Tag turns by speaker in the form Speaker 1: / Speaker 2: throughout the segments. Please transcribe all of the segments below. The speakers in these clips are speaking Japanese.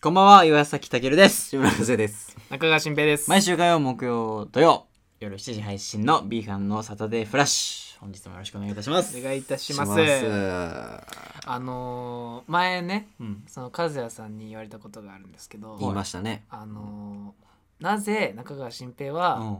Speaker 1: こんばんは、岩崎たけるです。
Speaker 2: 志村和也です
Speaker 3: 中川新平です。
Speaker 1: 毎週火曜、木曜、土曜、夜7時配信のビーフンのサタデーフラッシュ。本日もよろしくお願いいたします
Speaker 3: お。願いいたします。あのー前ね、
Speaker 1: うん。
Speaker 3: その和也さんに言われたことがあるんですけど、
Speaker 2: 言いましたね
Speaker 3: あのーなぜ中川新平は
Speaker 1: あ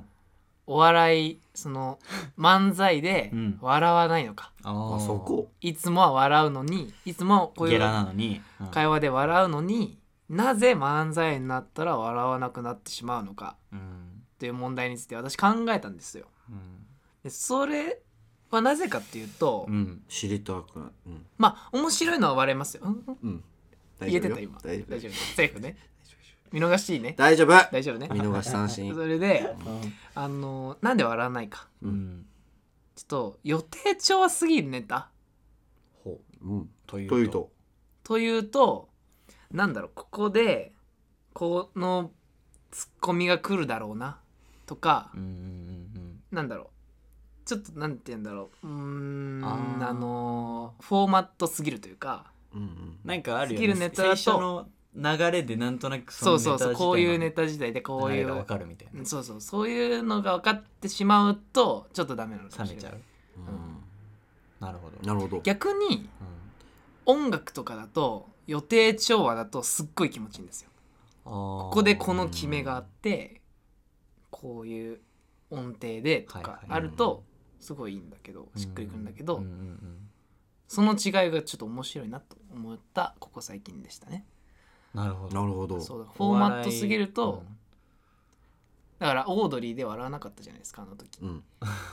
Speaker 3: お笑いその漫才で
Speaker 1: うん
Speaker 3: 笑わないのか、
Speaker 1: あ
Speaker 2: あそこ
Speaker 3: いつもは笑うのに、いつもこうい
Speaker 1: ゲラな
Speaker 3: う
Speaker 1: のに。うん
Speaker 3: 会話で笑うのに、なぜ漫才になったら笑わなくなってしまうのか
Speaker 1: うん。
Speaker 3: という問題について私考えたんですよ。
Speaker 1: うん
Speaker 3: でそれはなぜかっていうと、
Speaker 1: うん。
Speaker 2: 知りたくないうん
Speaker 3: まあ面白いのは笑えますよ。うん
Speaker 2: うん大
Speaker 3: 言
Speaker 2: 丈
Speaker 3: え
Speaker 2: 夫
Speaker 3: てた
Speaker 2: よ
Speaker 3: 今
Speaker 2: 大丈
Speaker 3: 大
Speaker 2: 夫
Speaker 3: 丈夫セーフね見逃しいね
Speaker 2: 大丈夫
Speaker 3: 大丈夫ね
Speaker 2: 見逃し三振
Speaker 3: それであのなんで笑わないか
Speaker 1: う。
Speaker 2: うん
Speaker 3: ちょっと予定調すぎるネタ
Speaker 1: ほ
Speaker 2: うん
Speaker 1: う。という
Speaker 2: という。と
Speaker 3: というとなんだろうここでこのツッコミが来るだろうなとか
Speaker 1: うんうんうん
Speaker 3: なんだろうちょっとなんて言うんだろううーん
Speaker 1: あー
Speaker 3: あのフォーマットすぎるというか
Speaker 2: うんう
Speaker 1: うんん。なんかあるよね。
Speaker 3: スキルネタだと
Speaker 1: 最初の流れでなんとなく
Speaker 3: そうそう
Speaker 1: ネタ
Speaker 3: そう
Speaker 1: 自体
Speaker 3: こういうネ
Speaker 1: の
Speaker 3: タ時代でこう
Speaker 1: 流
Speaker 3: い
Speaker 1: れがわ
Speaker 3: う
Speaker 1: かるみたいな。
Speaker 3: そうそうそういうのが分かってしまうとちょっとダメなのかも
Speaker 1: 冷
Speaker 3: し
Speaker 1: め
Speaker 3: れ
Speaker 1: ち
Speaker 3: な
Speaker 1: ゃ。
Speaker 3: いう
Speaker 2: う
Speaker 1: なるほど
Speaker 2: ん。なるほど
Speaker 3: 逆
Speaker 1: う
Speaker 3: に
Speaker 1: ん
Speaker 3: 音楽とかだと予定調和だとすっごい気持ちいいんですよ
Speaker 1: こ
Speaker 3: ここでこの決めがあってこういう音程でと
Speaker 1: はいはい
Speaker 3: かあるとすごいいいんだけどしっくりくるんだけ
Speaker 1: う
Speaker 3: ど
Speaker 1: んうんうん
Speaker 3: その違いがちょっと面白いなと思ったここ最近でしたね
Speaker 1: なるほど
Speaker 2: なるほど
Speaker 3: そうだフ
Speaker 1: お
Speaker 3: ォー
Speaker 1: 笑い
Speaker 3: マットすぎると
Speaker 1: うん
Speaker 3: だからオードリーで笑わなかったじゃないですかあ の時
Speaker 2: う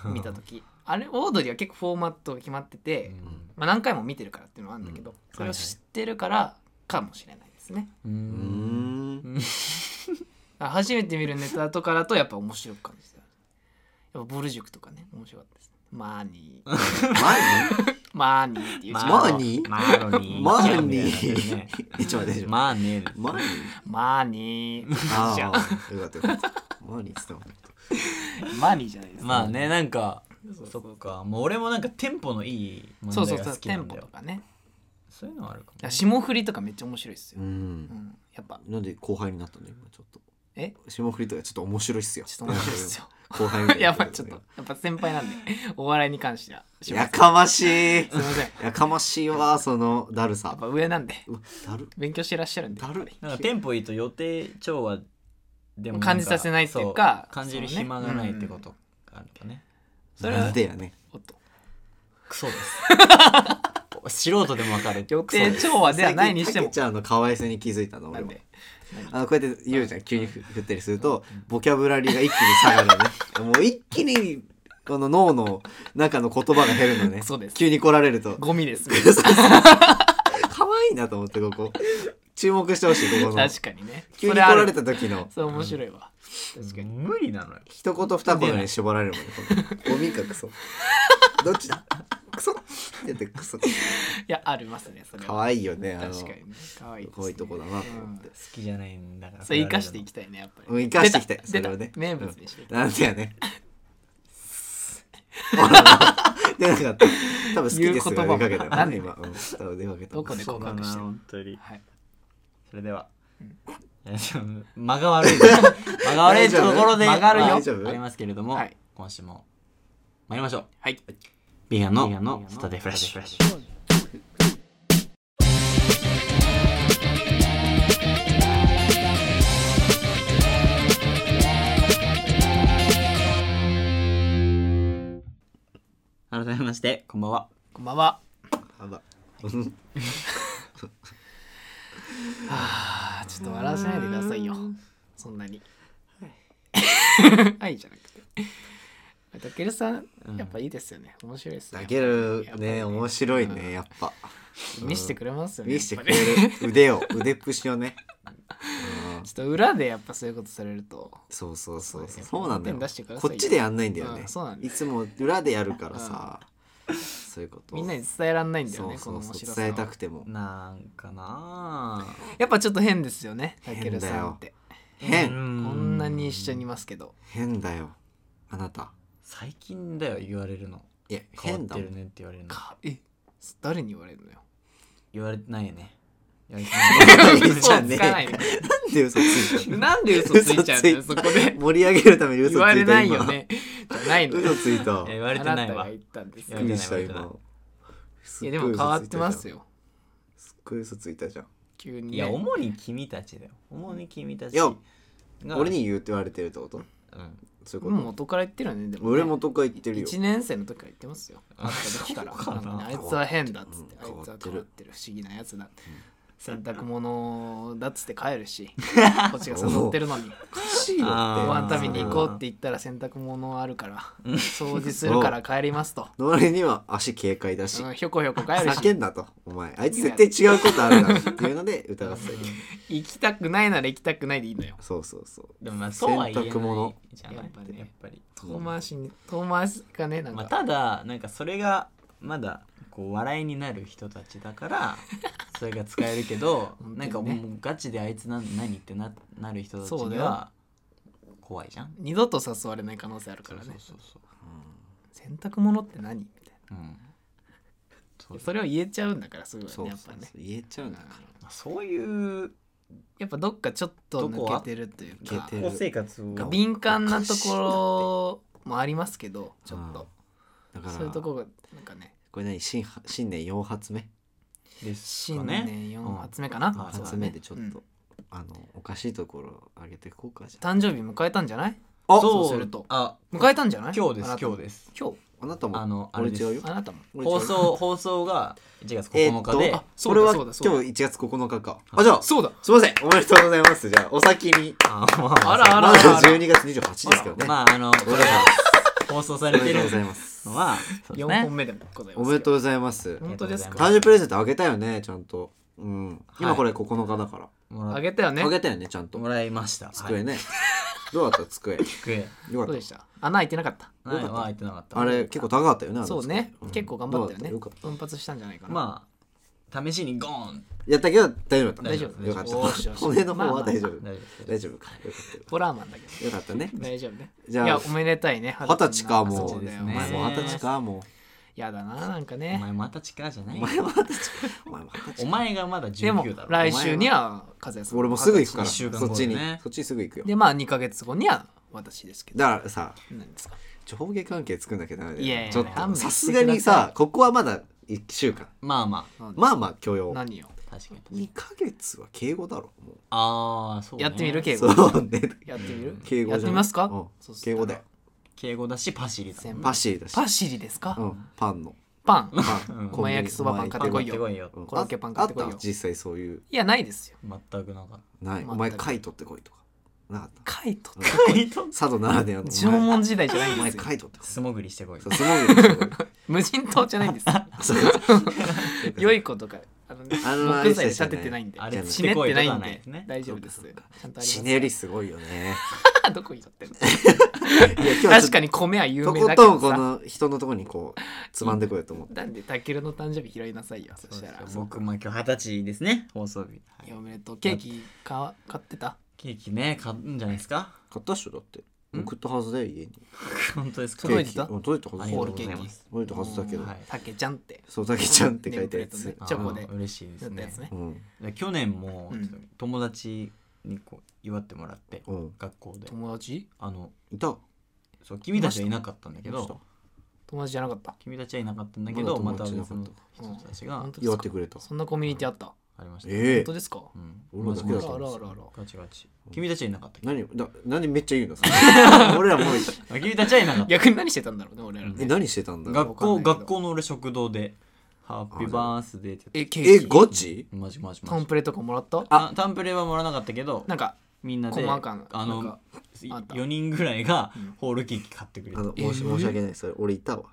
Speaker 2: ん
Speaker 3: 見た時あれオードリーは結構フォーマットが決まっててまあ何回も見てるからっていうのはあるんだけどそれを知ってるからかもしれないですね
Speaker 1: う
Speaker 2: うんん
Speaker 3: あ初めて見るネタとかだとやっぱ面白く感じたやっぱボル塾とかね面白かったですマーニー
Speaker 2: 前
Speaker 3: マーニーっていう
Speaker 1: マ
Speaker 3: チ
Speaker 2: ー
Speaker 3: ーム
Speaker 2: マニー
Speaker 1: マーロニー
Speaker 2: マーニ
Speaker 1: みたいな感じだよね
Speaker 2: にちょっ と待ってちょっと待って
Speaker 1: マーニー
Speaker 2: マーニー
Speaker 3: マーニー
Speaker 2: あ
Speaker 3: じゃ
Speaker 2: あよかったよかったマーニーって言った
Speaker 3: マーニーじゃないですか
Speaker 1: まあねなんか
Speaker 3: そう
Speaker 1: そ
Speaker 3: そ
Speaker 1: っかもう俺もなんかテンポのいいう漫
Speaker 3: そ
Speaker 1: 才
Speaker 3: う
Speaker 1: が
Speaker 3: そう
Speaker 1: 好きな
Speaker 3: テン
Speaker 1: ん
Speaker 3: ポ
Speaker 1: だ
Speaker 3: と
Speaker 1: よ
Speaker 3: かね
Speaker 1: そういうのはあるか
Speaker 3: いや
Speaker 1: も
Speaker 3: 霜降りとかめっちゃ面白いですよ、
Speaker 2: う
Speaker 3: うんん、やっぱ
Speaker 2: なんで後輩になったの今ちょっと
Speaker 3: え
Speaker 2: 霜降りとかちょっと面白いっすよ
Speaker 3: ちょっと面白いですよ
Speaker 2: 後輩みたいな
Speaker 3: やっぱちょっとやっぱ先輩なんでお笑いに関してはすいま
Speaker 2: や
Speaker 3: せん
Speaker 2: かましい
Speaker 3: すいませんや
Speaker 2: やかましいわそのだるさ
Speaker 3: っぱ上なんで
Speaker 2: うわだる
Speaker 3: 勉強してらっしゃるんで
Speaker 2: だる
Speaker 1: なんかテンポいいと予定調和でもなんか
Speaker 3: 感じさせないっていうか
Speaker 1: そ感じる
Speaker 3: そうね
Speaker 1: 暇がないってことがあるのかね
Speaker 3: それ
Speaker 2: な
Speaker 3: は
Speaker 2: んでやね
Speaker 3: おっと
Speaker 1: クソです素人でもわかる
Speaker 3: 予定調和ではないにして
Speaker 2: 最近た
Speaker 3: も
Speaker 2: けちゃんの可愛さに気づいたの
Speaker 3: なん
Speaker 2: 俺も
Speaker 3: で
Speaker 2: あのこうやって言うじゃん急にふ振ったりするとボキャブラリーが一気に下がる ねもう一気にこの脳の中の言葉が減るのね
Speaker 3: そうです
Speaker 2: 急に来られると
Speaker 3: ゴミです
Speaker 2: 可愛いなと思ってここ注目してほしいここの
Speaker 3: 確かにね
Speaker 2: 急に
Speaker 3: そ
Speaker 2: 来
Speaker 3: れあ
Speaker 2: ら
Speaker 3: る
Speaker 2: れた時の
Speaker 3: そう面白いわ、確かに
Speaker 1: 無理なのよ
Speaker 2: 一言二言に絞られるもんねこのゴミかクソどっちだクソって言ってクソ
Speaker 3: いやありますねそれ
Speaker 2: 可愛いよねあの
Speaker 3: 確かにね可愛いですね
Speaker 2: こういうとこだなと思って
Speaker 1: 好きじゃないんだか
Speaker 3: う
Speaker 1: ら
Speaker 3: んそれ生かしていきたいねやっぱり、
Speaker 2: うん生かしていきたい
Speaker 3: 出た
Speaker 2: それをね
Speaker 3: 出た名物にしていきたい
Speaker 2: なんで や ねほら出なかった多分好きですが出かけたよ
Speaker 3: なんで
Speaker 2: 今うん多分出かけた
Speaker 3: どこで
Speaker 1: そう
Speaker 3: 告
Speaker 1: だな
Speaker 3: 白してる
Speaker 1: 本当に
Speaker 3: はい、
Speaker 1: それでは
Speaker 3: うん。
Speaker 1: いやでも間が 悪い。間が悪いところで。
Speaker 3: 大丈夫間があるよ
Speaker 1: 大丈夫ありますけれども
Speaker 3: はい、
Speaker 1: 今週も参りましょう。
Speaker 3: はい、
Speaker 1: ビーガンのスタデーフラッシュ。改めまして、こんばんは。
Speaker 3: こんばんは
Speaker 2: あまうん
Speaker 3: あーちょっと笑わせないでくださいよそんなにはい じゃなくてたけるさん
Speaker 1: うん
Speaker 3: やっぱいいですよね面白いですね
Speaker 2: だけるね面白いねやっぱ
Speaker 3: 見せてくれますよね
Speaker 2: 見せてく
Speaker 3: やっぱり
Speaker 2: れる腕を腕っぷしをねう ん
Speaker 3: ちょっと裏でやっぱそういうことされると
Speaker 2: そうそうそうそ
Speaker 3: そう
Speaker 2: うそうなんだよ
Speaker 3: 本編出してください
Speaker 2: こ
Speaker 3: よ
Speaker 2: っちでやんないんだよね
Speaker 3: うんそうなんだ
Speaker 2: い
Speaker 3: よ
Speaker 2: つも裏でやるからさそういうこと
Speaker 3: みんなに伝えらんないんだよ
Speaker 2: そ
Speaker 3: ね
Speaker 2: うそう
Speaker 3: この面
Speaker 2: そ
Speaker 3: 白
Speaker 2: う
Speaker 3: さは
Speaker 2: 伝えたくても
Speaker 1: なんかなあ
Speaker 3: やっぱちょっと変ですよねた
Speaker 2: 変だ
Speaker 3: け
Speaker 2: よ
Speaker 3: るさんって
Speaker 2: 変
Speaker 3: こんなに一緒にいますけど
Speaker 2: 変だよあなた
Speaker 1: 最近だよ言われるの
Speaker 2: いや
Speaker 1: 変わっ
Speaker 2: 変だ
Speaker 1: て
Speaker 2: も
Speaker 1: る
Speaker 2: ん
Speaker 1: ねって言われるの
Speaker 3: かえ誰に言われるのよ
Speaker 1: 言われてないよねやい や
Speaker 2: 嘘
Speaker 3: 嘘
Speaker 2: じゃ
Speaker 3: を
Speaker 2: ね
Speaker 3: つ
Speaker 2: え
Speaker 3: かない
Speaker 2: なんで嘘ついたの
Speaker 3: なんで嘘ついちゃうんだよそ
Speaker 2: 嘘つ
Speaker 3: こ
Speaker 2: いた
Speaker 3: で
Speaker 2: 盛り上げるために嘘つい
Speaker 3: 言
Speaker 2: た
Speaker 3: わ
Speaker 2: 今
Speaker 3: れないよねじゃないのよ
Speaker 2: 嘘ついた
Speaker 1: 言
Speaker 2: び
Speaker 1: われてない
Speaker 3: あなた
Speaker 1: わ
Speaker 3: が言ったんです
Speaker 1: い
Speaker 3: よ
Speaker 1: や
Speaker 2: っくりした
Speaker 1: 言われてない
Speaker 2: 今
Speaker 3: いやでも変わってます
Speaker 2: よ
Speaker 3: よ
Speaker 2: すっごい嘘ついたじゃん
Speaker 3: 急に、ね、
Speaker 1: いや主に君たちだよ主に君たち
Speaker 2: いや
Speaker 1: が
Speaker 2: 俺、に言うって言われてるってこと
Speaker 1: うん、
Speaker 2: そういう
Speaker 3: もう
Speaker 2: こ
Speaker 3: 元から言ってるよねで
Speaker 2: と
Speaker 3: もね
Speaker 2: 俺もとか言ってるよ
Speaker 3: 1年生の時から言ってますよ
Speaker 1: あ
Speaker 3: 会った時から
Speaker 1: そうかな
Speaker 3: なんかねあいつは変だっつってあい
Speaker 2: 変わっ
Speaker 3: つは
Speaker 2: てる
Speaker 3: 変わってる不思議なやつだ洗濯物だっつって帰るしこっちが誘ってるのに
Speaker 2: おかしいよって
Speaker 1: あー
Speaker 3: ご飯食べに行こうって言ったら洗濯物あるから掃除するから帰りますと
Speaker 2: の割には足軽快だし
Speaker 3: うんひょこひょこ帰るし
Speaker 2: 叫んだとお前あいつ絶対違うことあるだろっていうので疑ってたよ
Speaker 3: 行きたくないなら行きたくないでいいのよ
Speaker 2: そうそうそう
Speaker 1: でもまあそうは言え
Speaker 2: 洗濯
Speaker 1: な
Speaker 2: 物
Speaker 1: いじゃない
Speaker 3: やっぱね
Speaker 1: やっぱり
Speaker 3: 遠回しに遠回しがねなん
Speaker 1: まあ、
Speaker 3: か
Speaker 1: ただなんかそれがまだこう笑いになる人たちだ からそれが使えるけど、
Speaker 3: 本当にね
Speaker 1: なんかもうガチであいつなん何ってななる人たち
Speaker 3: そう
Speaker 1: に
Speaker 3: だよ
Speaker 1: は怖いじゃん
Speaker 3: 二度と誘われない可能性あるからね
Speaker 1: そうそう
Speaker 3: 洗濯物って何みたい
Speaker 1: そう、うんそう
Speaker 3: なそれを言えちゃうんだからすごいね
Speaker 2: そう
Speaker 3: やっ
Speaker 2: そ
Speaker 3: ぱ
Speaker 2: う
Speaker 3: ね
Speaker 2: そう言えちゃうんだから
Speaker 1: まあそういう
Speaker 3: やっぱどっかちょっと抜けてるという
Speaker 2: ど
Speaker 3: か
Speaker 2: こは抜けてる
Speaker 1: 活を
Speaker 2: が
Speaker 3: 敏感なところもありますけどちょっと
Speaker 2: だから
Speaker 3: そういうとこがなんかね
Speaker 2: これ何新は新年4発目
Speaker 1: ですか
Speaker 3: 新
Speaker 1: ね
Speaker 3: 年4発目かな、
Speaker 1: ん
Speaker 3: そうだね
Speaker 2: 4発目でちょっと、
Speaker 3: うん
Speaker 2: あのおかしいところ上げていこうかじゃあ
Speaker 3: 誕生日迎えたんじゃない
Speaker 2: あ
Speaker 3: そうすると
Speaker 1: あ
Speaker 3: 迎えたんじゃない
Speaker 1: 今日です今日
Speaker 3: す
Speaker 1: です
Speaker 3: 今日
Speaker 2: あなたも
Speaker 1: あのあれ
Speaker 2: 俺
Speaker 1: です
Speaker 2: 違うよ
Speaker 3: あなたも
Speaker 2: 俺違
Speaker 1: 放
Speaker 2: う
Speaker 1: 送放送が1月
Speaker 2: えー
Speaker 1: 9
Speaker 2: っ
Speaker 1: 日で、
Speaker 2: とあ
Speaker 3: そう
Speaker 2: こ
Speaker 3: だ
Speaker 2: れ
Speaker 3: そう
Speaker 2: は今
Speaker 3: だ
Speaker 2: 日
Speaker 3: そうだ
Speaker 2: 1月9日か
Speaker 1: はい
Speaker 2: あじゃあす
Speaker 3: そうだ
Speaker 2: いませんおめでとうございますじゃあお先に
Speaker 1: あまあ
Speaker 3: あら
Speaker 2: ま
Speaker 3: あ
Speaker 2: だ
Speaker 3: らあら
Speaker 2: 12月28日ですけどね
Speaker 1: まああのこれが放送さ
Speaker 2: お
Speaker 1: れ
Speaker 2: め
Speaker 1: て
Speaker 2: で
Speaker 1: る
Speaker 2: とうございます
Speaker 1: のはそうです
Speaker 3: 4
Speaker 1: ね
Speaker 3: 本目でもございま
Speaker 2: お
Speaker 3: す
Speaker 2: めでとう
Speaker 3: う
Speaker 2: ございます
Speaker 3: 本当です
Speaker 2: 誕
Speaker 3: か
Speaker 2: 生日プレゼントあげたよねちゃんとうん今これ9日だから
Speaker 1: もら
Speaker 3: あげたよね
Speaker 2: あ
Speaker 3: ど
Speaker 2: げたよねちゃんと
Speaker 1: もらいました。
Speaker 2: 机
Speaker 1: はい。
Speaker 2: ねどうだった机
Speaker 1: 机。
Speaker 2: よか
Speaker 3: う
Speaker 2: っ
Speaker 3: でした穴開いてなかった
Speaker 1: はい、は開いてなかった。
Speaker 2: たあれ結構高かったよねあの机
Speaker 3: そうね、
Speaker 2: ん
Speaker 3: 結構頑張ったよね
Speaker 2: どうだったよかった
Speaker 3: 奮発したんじゃないかな、
Speaker 1: まあ、試しにゴーン。
Speaker 2: やったけど大丈夫だった
Speaker 1: 大丈夫
Speaker 2: よかっ
Speaker 3: 大丈夫よしよ
Speaker 2: た
Speaker 3: し
Speaker 2: 骨の方
Speaker 3: まあま
Speaker 2: は
Speaker 3: あ
Speaker 2: 大丈
Speaker 1: 大丈
Speaker 2: 夫
Speaker 1: 夫です。
Speaker 2: 大丈夫かよかったよ
Speaker 3: ホラーマンだけど
Speaker 2: よかったね
Speaker 3: 大丈夫ね
Speaker 2: じゃあ
Speaker 3: いやおめでたいね
Speaker 2: 二十歳か
Speaker 3: の
Speaker 2: もう
Speaker 3: そうだよ
Speaker 1: お
Speaker 2: お前
Speaker 1: 前
Speaker 2: も
Speaker 1: も
Speaker 2: 二十歳かも
Speaker 3: やだななんか
Speaker 1: お
Speaker 3: ね
Speaker 1: 前また力じゃな
Speaker 2: う
Speaker 1: い
Speaker 2: お前も二十歳お前も二十
Speaker 1: お
Speaker 2: 歳
Speaker 1: 前がまだ
Speaker 3: でも
Speaker 1: 19だろ。
Speaker 3: 来週には風邪さん
Speaker 2: 俺もすぐ行く
Speaker 1: 二
Speaker 2: から
Speaker 1: 十歳
Speaker 2: そ
Speaker 1: 一週間
Speaker 2: っ
Speaker 1: 後
Speaker 2: ち
Speaker 1: だ
Speaker 2: に
Speaker 1: ね
Speaker 2: そっちにすぐ行くよ
Speaker 3: でまあ2か月後には私ですけど
Speaker 2: だからさ
Speaker 3: 何ですか
Speaker 2: 上下関係作んなきゃダメだよ
Speaker 3: いやいや
Speaker 2: ちょっ
Speaker 3: 勘
Speaker 2: と
Speaker 3: 弁して
Speaker 2: さすがにさここはまだ1週間
Speaker 1: まあま
Speaker 2: まあまあ許容
Speaker 3: 何よ
Speaker 1: あ、確かに。
Speaker 2: 2ヶ月は敬語だろもう
Speaker 1: ああ、そう、ね。
Speaker 3: やってみる敬語
Speaker 2: そうね
Speaker 3: やってみる
Speaker 2: 敬語
Speaker 3: や
Speaker 2: じゃん
Speaker 3: ってみますか
Speaker 2: うん
Speaker 3: そうした
Speaker 2: 敬
Speaker 3: ら
Speaker 2: 語だよ
Speaker 1: 敬語だし、パシリだ。
Speaker 3: 先
Speaker 2: パシリだし
Speaker 3: パシリですか、
Speaker 2: うんパンの
Speaker 3: パン
Speaker 2: パン
Speaker 1: うん
Speaker 3: お
Speaker 2: コンビニ
Speaker 3: 前焼きそばパン買ってこいよ
Speaker 1: パン買ってこ
Speaker 2: うん
Speaker 3: コロッケパン買ってこいよ
Speaker 2: あった実際そういう
Speaker 3: いやないですよ
Speaker 1: 全くなかっ
Speaker 2: ない
Speaker 3: 全く
Speaker 2: お前貝取ってこいとかなかった
Speaker 3: カイトって
Speaker 1: た。意外と
Speaker 2: 佐渡ならではの
Speaker 3: 縄文時代じゃない
Speaker 2: お
Speaker 3: んで
Speaker 2: 前
Speaker 3: すよ
Speaker 2: 貝取ってこい
Speaker 1: 素潜りしてこい。
Speaker 2: そうすごい
Speaker 3: 無人島じゃないん です
Speaker 2: そう
Speaker 3: 良い子とかあのね
Speaker 2: あの
Speaker 3: 木材で立ててないんで
Speaker 1: あれ
Speaker 3: ひねってないんで
Speaker 1: そうか
Speaker 3: 大丈夫ですちゃんとあります
Speaker 2: ひねりすごいよね
Speaker 3: どこに寄ってんの
Speaker 2: いや今
Speaker 3: 確か
Speaker 2: に
Speaker 3: に米は有
Speaker 2: と
Speaker 3: 名
Speaker 2: こ
Speaker 3: だけ
Speaker 2: と
Speaker 3: ど
Speaker 2: んこ
Speaker 3: さ
Speaker 2: の人のとこにこうつまんでこようと思って
Speaker 3: なんでタケルの誕生日拾いなさいよそ
Speaker 1: そう
Speaker 3: した
Speaker 1: で
Speaker 3: ら
Speaker 1: すよ僕、まあ今日二十歳ですね、放送日。はい
Speaker 3: いやおめでとうケーキか買ってた
Speaker 1: ケーキね、買うんじゃないですか
Speaker 2: 買ったっしょだって送ったはずだよ家に
Speaker 1: 本当ですか
Speaker 3: 届いてた
Speaker 2: ケーキうん届いたは
Speaker 1: あ
Speaker 2: ず
Speaker 1: りが
Speaker 2: だよ
Speaker 1: とうございます。
Speaker 2: 届いたはずだけど
Speaker 1: はい
Speaker 3: タケちゃんって
Speaker 2: そうだけちゃんって書いたや
Speaker 3: ネームプレ
Speaker 2: つ
Speaker 3: ートねチョコで
Speaker 1: あー嬉しいです
Speaker 3: やったや
Speaker 1: ね
Speaker 3: つ。ね
Speaker 2: うん
Speaker 1: で去年も
Speaker 3: うん
Speaker 1: ちょっと友達にこう祝ってもらって、
Speaker 2: うん
Speaker 1: 学校で
Speaker 3: 友達
Speaker 1: あの
Speaker 2: いた
Speaker 1: そう君たちはいなかったんだけど
Speaker 3: 友達じゃなかった
Speaker 1: 君たちはいなかったんだけどま
Speaker 2: ま
Speaker 1: た
Speaker 2: だ
Speaker 1: 別
Speaker 2: 友達い
Speaker 1: の
Speaker 2: なかった
Speaker 1: 人たちが
Speaker 3: 本当で
Speaker 2: 祝
Speaker 3: す
Speaker 2: っ
Speaker 3: か
Speaker 2: てくれた
Speaker 3: そんなコミュニティあった
Speaker 1: ありました、
Speaker 2: え
Speaker 3: 本
Speaker 2: え
Speaker 3: 当ですか
Speaker 1: うん、
Speaker 2: 俺らだけだった
Speaker 3: あらあらあら
Speaker 1: ガチガチ君たちはいなかったけど
Speaker 2: 何だ何めっちゃ言うの 俺らもう
Speaker 1: あ君たちはいなかった
Speaker 3: 逆に何してたんだろうね俺らね
Speaker 2: え何してたんだろう
Speaker 1: 学校
Speaker 3: わかんないけど
Speaker 1: 学校の俺食堂で「ハッピーバースデー」ってや
Speaker 3: えケ
Speaker 2: え
Speaker 3: ーキ
Speaker 2: ガチ
Speaker 1: つマジマジ
Speaker 3: タ
Speaker 1: マ
Speaker 3: ン
Speaker 1: ジ
Speaker 3: プレとかもらった
Speaker 1: あタンプレはもらわなかったけど
Speaker 3: なんか
Speaker 1: みんなで
Speaker 3: 細かな
Speaker 1: あ
Speaker 3: なんか
Speaker 1: の
Speaker 3: あった
Speaker 1: 4人ぐらいがホールケーキ買ってくれ
Speaker 2: あ
Speaker 1: た
Speaker 2: の申し申し訳ないそれ俺いたわ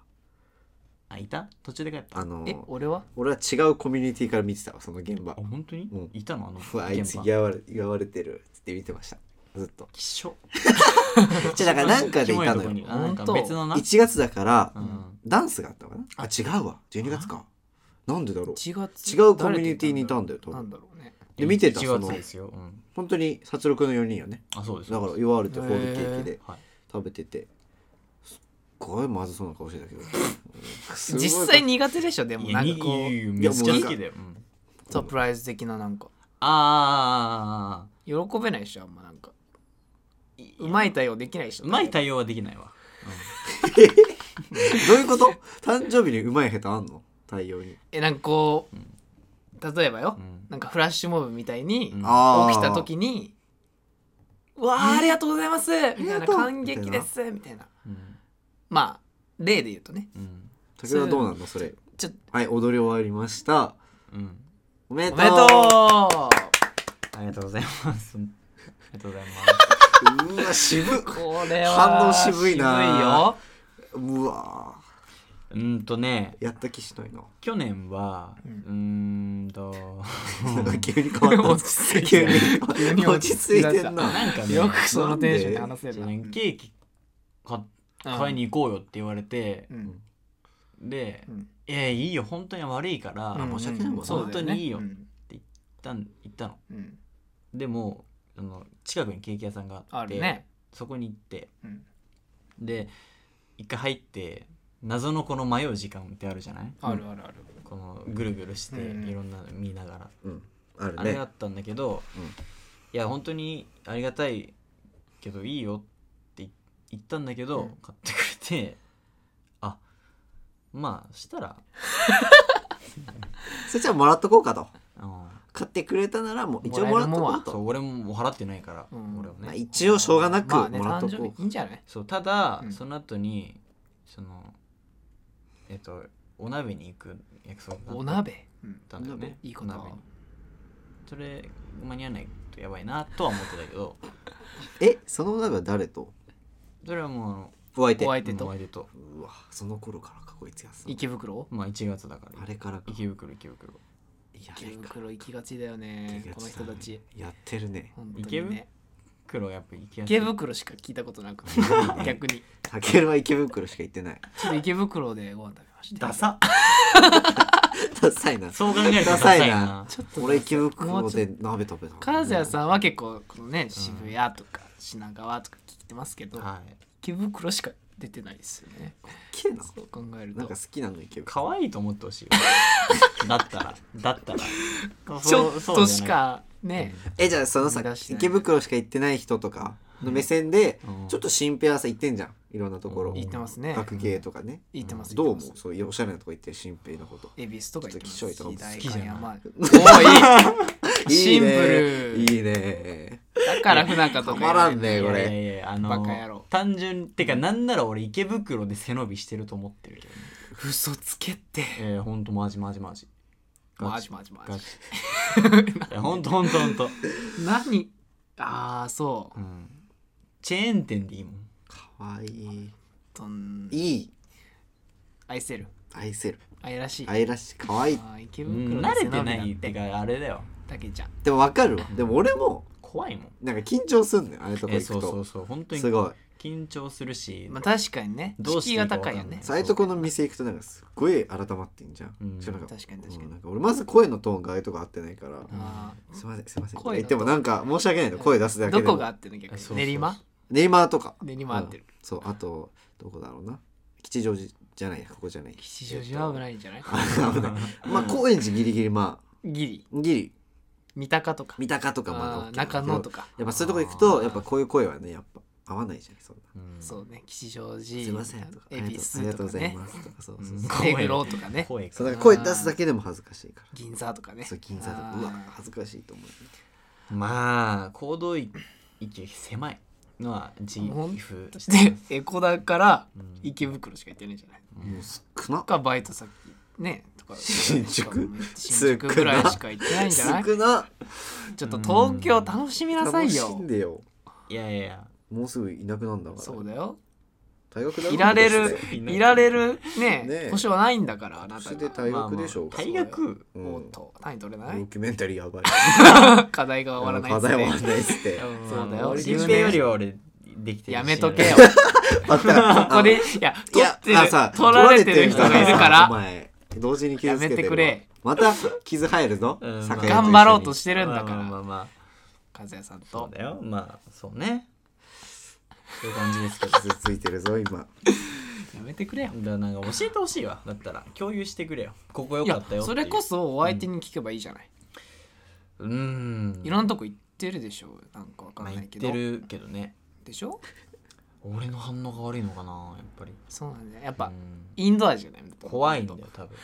Speaker 1: あいた途中で帰った
Speaker 2: あの
Speaker 3: え俺は
Speaker 2: 俺は違うコミュニティから見てたわその現場
Speaker 1: あ本当に、
Speaker 2: うん
Speaker 1: いたのあの現
Speaker 2: うわあいつ
Speaker 1: 場
Speaker 2: 嫌われ嫌われてるっつって見てましたずっ と
Speaker 1: きしょ
Speaker 2: じゃだからなんかでいたの
Speaker 1: キモとこに
Speaker 2: よ
Speaker 1: あなんか
Speaker 3: 本当
Speaker 1: 別のな
Speaker 2: 1月だから
Speaker 1: うん
Speaker 2: ダンスがあったのかなあ違うわ12月かなんでだろう
Speaker 3: 1月
Speaker 2: 違うコミュニティにいたんだよ多分
Speaker 3: なんだろうね
Speaker 2: で見てたそ
Speaker 1: 1
Speaker 2: の
Speaker 1: 月ですよ、うん、
Speaker 2: 本当に殺戮の4人よね
Speaker 1: あそうです
Speaker 2: だから
Speaker 1: そうで
Speaker 2: 祝われてホールケーキで
Speaker 1: すはい
Speaker 2: 食べててすっごいまずそうな顔してたけどすごい
Speaker 3: 実際苦手でしょでも
Speaker 1: い
Speaker 3: な
Speaker 1: や
Speaker 3: ん
Speaker 1: に
Speaker 3: かこう
Speaker 1: いやいや
Speaker 2: い
Speaker 1: め
Speaker 2: や
Speaker 1: っ
Speaker 2: もう
Speaker 1: ちゃ
Speaker 2: なん
Speaker 1: 好
Speaker 2: か
Speaker 1: きだよ、うん
Speaker 3: サプライズ的ななんか
Speaker 1: あ
Speaker 3: 喜べないしあんまなんかうまい対応できないし
Speaker 1: ーうまい対応はできないわ
Speaker 2: どういうこと誕生日にうまい下手あんの対応に。
Speaker 3: えなんかこう、例えばよ、
Speaker 1: ん
Speaker 3: なんかフラッシュモブみたいに、
Speaker 1: うん
Speaker 2: あー
Speaker 3: 起きた時に「うわあありがとうございます」みたい
Speaker 2: ありが
Speaker 3: な「
Speaker 2: とう
Speaker 3: 感激です」みたいな
Speaker 1: うん
Speaker 3: まあ例で言うとね
Speaker 1: うん
Speaker 2: 武田はどうなんのそれ。
Speaker 3: ちょっ
Speaker 2: はい、踊り終わりました。
Speaker 1: うん
Speaker 2: おめ
Speaker 3: とお
Speaker 2: でと
Speaker 3: め
Speaker 2: う
Speaker 3: でと
Speaker 1: ありがとうござい ますありがとうございま
Speaker 2: うわ、渋っ
Speaker 3: うこれは
Speaker 2: 反応渋いな
Speaker 3: 渋いよ
Speaker 2: うわ
Speaker 1: すうんとね
Speaker 2: やった気しないな。
Speaker 1: 去年はう
Speaker 3: う
Speaker 1: ー
Speaker 3: ん
Speaker 1: んと
Speaker 2: 急に変わっ
Speaker 3: 落ち着いた
Speaker 2: た。急に
Speaker 3: 急に
Speaker 2: 落
Speaker 3: 落
Speaker 2: ち
Speaker 3: ち
Speaker 2: 着
Speaker 3: 着
Speaker 2: い
Speaker 3: い
Speaker 2: て
Speaker 3: て
Speaker 2: ん
Speaker 3: ん
Speaker 2: な
Speaker 3: な。
Speaker 1: なんかね
Speaker 3: よくそのテンションで話せ
Speaker 1: ケ
Speaker 3: るな、うん
Speaker 1: ーキ買買いに行こうよって言われて
Speaker 3: う、ん
Speaker 1: で
Speaker 3: うん
Speaker 1: 「えいいよ本当に悪いから、
Speaker 3: うん
Speaker 1: 行っ
Speaker 2: 申し訳ないもんな
Speaker 3: そうだね
Speaker 1: 本当にいいよ
Speaker 3: うん
Speaker 1: たん行ったの
Speaker 3: うん
Speaker 1: でもあの近くにケーキ屋さんがあ
Speaker 3: あ
Speaker 1: って
Speaker 3: るね、
Speaker 1: そこに行って
Speaker 3: うん
Speaker 1: で一回入って謎のこの迷う時間ってあるじゃない
Speaker 3: あるあるある
Speaker 1: このぐるぐるして
Speaker 3: うん
Speaker 1: いろんなの見ながら、
Speaker 2: うん。ある
Speaker 1: あれ
Speaker 2: ね
Speaker 1: だ。ったんだけど、
Speaker 2: うん
Speaker 1: いや本当にありがたいけどいいよって言ったんだけど、
Speaker 3: うん
Speaker 1: 買ってくれてあまあしたら
Speaker 2: それじゃあもらっとこうかと。
Speaker 1: うん
Speaker 2: 買ってくれたならもう一応もらっとこう
Speaker 1: そ
Speaker 2: と。
Speaker 1: う俺ももう払ってないから、
Speaker 3: うん
Speaker 1: 俺はね、
Speaker 2: まあ一応しょうがなく
Speaker 3: まあね
Speaker 2: もらっと
Speaker 3: 誕
Speaker 2: こ
Speaker 3: 生
Speaker 2: う
Speaker 3: 日いいんじゃない
Speaker 1: そうただ、
Speaker 3: うん
Speaker 1: その後にそのえっとお鍋に行く約束
Speaker 3: お
Speaker 1: があっ
Speaker 3: 鍋、うん
Speaker 1: たんだよね
Speaker 3: いいこ
Speaker 1: お
Speaker 3: と
Speaker 1: 鍋にそれ間に合わないとやばいなとは思ってたけど
Speaker 2: え、その鍋は誰と
Speaker 1: それはもうあの
Speaker 2: お相手。
Speaker 3: お
Speaker 2: う
Speaker 3: 相手
Speaker 1: お
Speaker 3: と
Speaker 1: 前でと
Speaker 2: わ、その頃からかこいつやさん。
Speaker 3: 池袋
Speaker 1: まあ1月だから
Speaker 2: あれからか。
Speaker 1: 池袋池袋
Speaker 2: いや
Speaker 3: 池袋行きがちだよねこの人たち。
Speaker 2: やってるね。
Speaker 3: 本当にね
Speaker 1: 黒はやっぱ行きやすい
Speaker 3: 池袋しか聞いたことなくて逆に
Speaker 2: たけるは池袋しか行ってない。
Speaker 3: ちょっと池袋でご飯食べました
Speaker 1: ダサ
Speaker 2: ダサいな。
Speaker 1: そう考えると
Speaker 2: ダ
Speaker 1: ダ
Speaker 2: サ
Speaker 1: サ
Speaker 2: い
Speaker 1: い
Speaker 2: な
Speaker 1: な
Speaker 3: ちょっと
Speaker 2: 俺池袋で鍋食べた。
Speaker 3: 金谷さんは結構このね渋谷とか品川とか聞いてますけど、
Speaker 1: はい
Speaker 3: 池袋しか出てないですよね
Speaker 2: きれいな。
Speaker 3: そう考える
Speaker 2: なん
Speaker 3: と
Speaker 2: か好きなの池袋。
Speaker 1: 可愛いと思ってほしいよ だったらだったら
Speaker 3: ち
Speaker 1: そ
Speaker 3: ょ
Speaker 1: う
Speaker 3: っ
Speaker 1: そうじゃな
Speaker 3: と
Speaker 1: い
Speaker 3: しかね
Speaker 2: え、じゃあそのさ
Speaker 3: 思い出し、てない
Speaker 2: 池袋しか行ってない人とかの目線で
Speaker 1: う、ん
Speaker 2: ちょっと新平はさ行ってんじゃん。いろんなところ。
Speaker 1: うん
Speaker 3: 行ってますね
Speaker 2: 学芸とかね。
Speaker 3: 行ってます
Speaker 2: どう
Speaker 3: 行って
Speaker 2: 思
Speaker 3: ま
Speaker 2: う
Speaker 3: す
Speaker 2: そういうおしゃれなとこ行ってる新平のこと。
Speaker 3: 恵比寿とか行ってます
Speaker 2: ちょっときしょいとかも
Speaker 1: 好きじゃない
Speaker 3: 代官山おーいいシンプル
Speaker 2: いいね。
Speaker 3: だから不仲とか
Speaker 2: たまらんね
Speaker 1: い
Speaker 2: これ
Speaker 1: やいやいやあの
Speaker 3: バカ野郎
Speaker 1: 単純ってかなんなら俺池袋で背伸びしてると思ってるけどね
Speaker 3: 嘘つけって
Speaker 1: えー、ほんとマジマジマジ
Speaker 3: マジマジマ
Speaker 1: ガチいやほんとほんとほんと、、
Speaker 3: ジ何ああそううん
Speaker 1: チェーン店でいいもん
Speaker 2: かわいい。
Speaker 3: とん
Speaker 2: いい。
Speaker 3: 愛せる
Speaker 2: 愛せる。
Speaker 3: 愛らしい
Speaker 2: 愛らしい。かわいい。
Speaker 3: あー池
Speaker 1: うん
Speaker 3: 袋
Speaker 1: 慣れ
Speaker 3: で背
Speaker 1: て
Speaker 3: 伸び
Speaker 1: ないっ
Speaker 3: ん
Speaker 1: てかあれだよ
Speaker 3: だけじゃん
Speaker 2: でもわかるわ。でも俺も、
Speaker 1: 怖いもん
Speaker 2: なんか緊張すんのよ。ああいうとこ
Speaker 1: え
Speaker 2: 行
Speaker 1: ーそうそう
Speaker 2: く
Speaker 1: そう本当
Speaker 2: と。
Speaker 1: に
Speaker 2: すごい。
Speaker 1: 緊張するし、
Speaker 3: まあ確かにね
Speaker 1: どうして
Speaker 3: 敷
Speaker 1: い
Speaker 3: 居
Speaker 1: いか
Speaker 3: が
Speaker 1: 分かんな
Speaker 3: 高
Speaker 1: い
Speaker 3: いよね
Speaker 2: そうああいうとこの店行くとなんかすっごい改まってんじゃん。
Speaker 1: うん
Speaker 2: しかもなんか
Speaker 3: 確かに確かに
Speaker 2: うんなんか俺まず声のトーンがああいうとこ合ってないから。
Speaker 3: あ
Speaker 2: すいませんすいません。
Speaker 3: 声の
Speaker 2: えでもなんか申し訳ないの声出すだ
Speaker 3: ー
Speaker 2: けで
Speaker 3: ど
Speaker 2: も。
Speaker 3: こが合ってるの逆
Speaker 1: え
Speaker 3: に
Speaker 1: そうそう
Speaker 3: 練馬
Speaker 2: ネイマーとか。
Speaker 3: 練馬合ってる
Speaker 2: うんそうあとどこだろうな。吉祥寺じゃないやここじゃない。
Speaker 3: 吉祥寺は危ないんじゃない
Speaker 2: あ危ない。 まあ高円寺ギリギリまあ
Speaker 3: ギリ
Speaker 2: ギリ
Speaker 3: 三鷹とか
Speaker 2: 三鷹とかまだ OK
Speaker 3: あ
Speaker 2: な
Speaker 3: ー
Speaker 2: んだけ
Speaker 3: 中
Speaker 2: ど
Speaker 3: 野とか
Speaker 2: やっぱそういうとこ行くとやっぱこういう声はねやっぱ合わないじゃんそんな。
Speaker 1: うん
Speaker 3: そうね吉祥寺
Speaker 2: すいませんとか。あ
Speaker 3: 恵
Speaker 2: り
Speaker 3: 比
Speaker 2: がと
Speaker 3: 寿と
Speaker 2: うありがとうご
Speaker 3: か
Speaker 2: ざい
Speaker 3: ね
Speaker 2: ますとかそう
Speaker 1: う
Speaker 2: そ
Speaker 1: ん
Speaker 2: うそう。
Speaker 3: 目黒とかね
Speaker 1: 声が
Speaker 2: そうだから声出すだけでも恥ずかしいから。
Speaker 3: 銀座とかね
Speaker 2: そう銀座とか
Speaker 3: あー
Speaker 2: うわ恥ずかしいと思う。
Speaker 1: まあ行動域狭いのは自負して
Speaker 3: で
Speaker 1: ます
Speaker 3: エコだから
Speaker 1: うん
Speaker 3: 池袋しか行ってないんじゃない
Speaker 2: もう少な。
Speaker 3: かバイト先ねとか
Speaker 2: 新宿
Speaker 3: 新宿ぐらいしか行ってないんじゃない
Speaker 2: 少な。
Speaker 3: ちょっと東京楽しみなさ
Speaker 2: 楽
Speaker 3: い
Speaker 2: しん
Speaker 3: よ
Speaker 2: でよ。
Speaker 1: いやいやいや
Speaker 2: もうすぐいなくなるんだから。
Speaker 3: そうだよ
Speaker 2: 大学だ
Speaker 3: いられる
Speaker 2: 年
Speaker 1: ね
Speaker 3: いられる
Speaker 2: ね
Speaker 3: ね
Speaker 2: え
Speaker 3: 保証はないんだからあなた
Speaker 2: で
Speaker 3: が
Speaker 2: 大学でしょう
Speaker 1: ま
Speaker 2: が
Speaker 1: あまあ大学
Speaker 2: う
Speaker 3: おっ
Speaker 2: ん
Speaker 3: と単位取れな
Speaker 2: ド
Speaker 3: い
Speaker 2: キュメンタリーやばい。
Speaker 3: 課題が終わらない
Speaker 2: 課
Speaker 3: です
Speaker 2: 題
Speaker 3: ね
Speaker 2: 終わらないっすって。
Speaker 3: そうだよ
Speaker 1: 自分よりは俺できてるし
Speaker 3: やめとけよ。
Speaker 2: あった。
Speaker 3: ここで、いや、
Speaker 2: い
Speaker 3: 取っ
Speaker 2: や
Speaker 3: てる
Speaker 2: あさ
Speaker 3: 取られてる人がいるか
Speaker 2: お
Speaker 3: ら、
Speaker 2: 前同時に傷つけ
Speaker 3: や
Speaker 2: てるわ
Speaker 3: めてくれ。
Speaker 2: また傷入るぞ。
Speaker 1: うん
Speaker 2: 酒井一緒に
Speaker 3: 頑張ろうとしてるんだ
Speaker 1: ま
Speaker 3: か
Speaker 1: あま
Speaker 3: ら、
Speaker 1: あまあまあ
Speaker 3: 和也さん
Speaker 1: そう
Speaker 3: と。
Speaker 1: だよまあそうねそういう感じですけど
Speaker 2: 傷ついてるぞ今。
Speaker 3: やめてくれよ。
Speaker 1: だからなんか教えてほしいわだったら共有してくれよここよ
Speaker 3: い
Speaker 1: か
Speaker 3: や
Speaker 1: ったよっていう
Speaker 3: それこそお相手に聞けばいいじゃない、
Speaker 1: うん
Speaker 3: いろんなとこ行ってるでしょなんかわか
Speaker 1: まあ
Speaker 3: んな
Speaker 1: 言っ
Speaker 3: いけど、
Speaker 1: てるけどね
Speaker 3: でしょ
Speaker 1: 俺の反応が悪いのかなやっぱり
Speaker 3: そうなんだよやっぱ、
Speaker 1: うん
Speaker 3: インドアじゃない
Speaker 1: 怖いんだよ多 分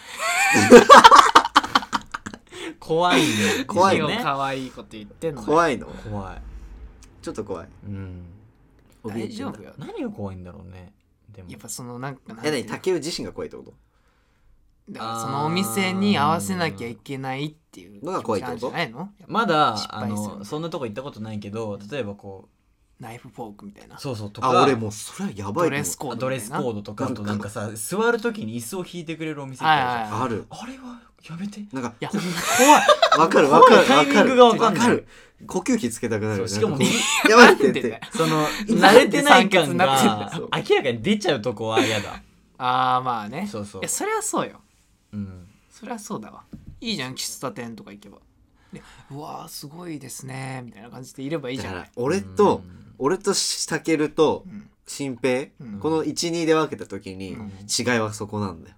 Speaker 1: 怖いんだよ
Speaker 2: 怖い
Speaker 3: よ
Speaker 2: よ
Speaker 1: ね
Speaker 3: 可愛いこと言ってんのい
Speaker 2: 怖いの
Speaker 1: 怖い
Speaker 2: ちょっと怖い
Speaker 1: うん
Speaker 2: 怯え
Speaker 3: 大
Speaker 2: てん
Speaker 3: 丈
Speaker 2: だ
Speaker 3: 夫よ
Speaker 1: 何が怖いんだろうねでも
Speaker 3: やっぱそのなんかなんて
Speaker 2: え
Speaker 3: い
Speaker 2: 何
Speaker 3: うの
Speaker 2: 竹雄自身が怖いってこと
Speaker 3: だからそのお店に合わせなきゃいけないっていう
Speaker 2: のが怖いってこと
Speaker 3: 気持ちなんじゃないのやっぱ
Speaker 1: まだ
Speaker 3: 失
Speaker 1: あ
Speaker 3: 敗する
Speaker 1: のそんなとこ行ったことないけど例えばこ
Speaker 3: ナイフフォークみたいな
Speaker 1: うそうそうとか
Speaker 2: あ俺もうそれはやば
Speaker 3: ド
Speaker 2: いと思
Speaker 3: レ
Speaker 2: う
Speaker 3: スコード
Speaker 1: ドレスコー
Speaker 3: ド
Speaker 1: ドとかあ
Speaker 2: なんか
Speaker 1: となんかさ座る時に椅子を引いてくれるお店ってあるじゃん
Speaker 3: はいはい
Speaker 2: ある
Speaker 1: あれはやめて
Speaker 2: なんか
Speaker 3: いや
Speaker 2: 怖いわかるわか
Speaker 1: 怖
Speaker 2: る
Speaker 1: いタイミングがわかんない
Speaker 2: わる呼吸器つけたくなるよね
Speaker 1: そうしかも
Speaker 2: なんやばい
Speaker 3: な
Speaker 2: って言
Speaker 3: ん
Speaker 2: っ
Speaker 3: でだよ
Speaker 2: て
Speaker 1: そ の
Speaker 3: な
Speaker 1: 慣
Speaker 3: ん
Speaker 1: れ
Speaker 3: で
Speaker 1: てない
Speaker 3: 酸欠
Speaker 1: 感
Speaker 3: になってん
Speaker 1: が
Speaker 3: だ
Speaker 2: そう
Speaker 1: 明らかに出ちゃうとこは嫌だ
Speaker 3: ああまあね
Speaker 1: そうそう
Speaker 3: いやそりゃそうよ
Speaker 1: うん
Speaker 3: そりゃそうだわいいじゃん喫茶店とか行けばでうわーすごいですねみたいな感じでいればいい
Speaker 2: だ
Speaker 3: じゃ
Speaker 2: か
Speaker 3: な
Speaker 2: ら
Speaker 3: い
Speaker 2: 俺と
Speaker 1: うん
Speaker 2: 俺とたけると
Speaker 3: うん
Speaker 2: 新平
Speaker 3: うん
Speaker 2: この12で分けた時に
Speaker 3: うん
Speaker 2: 違いはそこなんだよ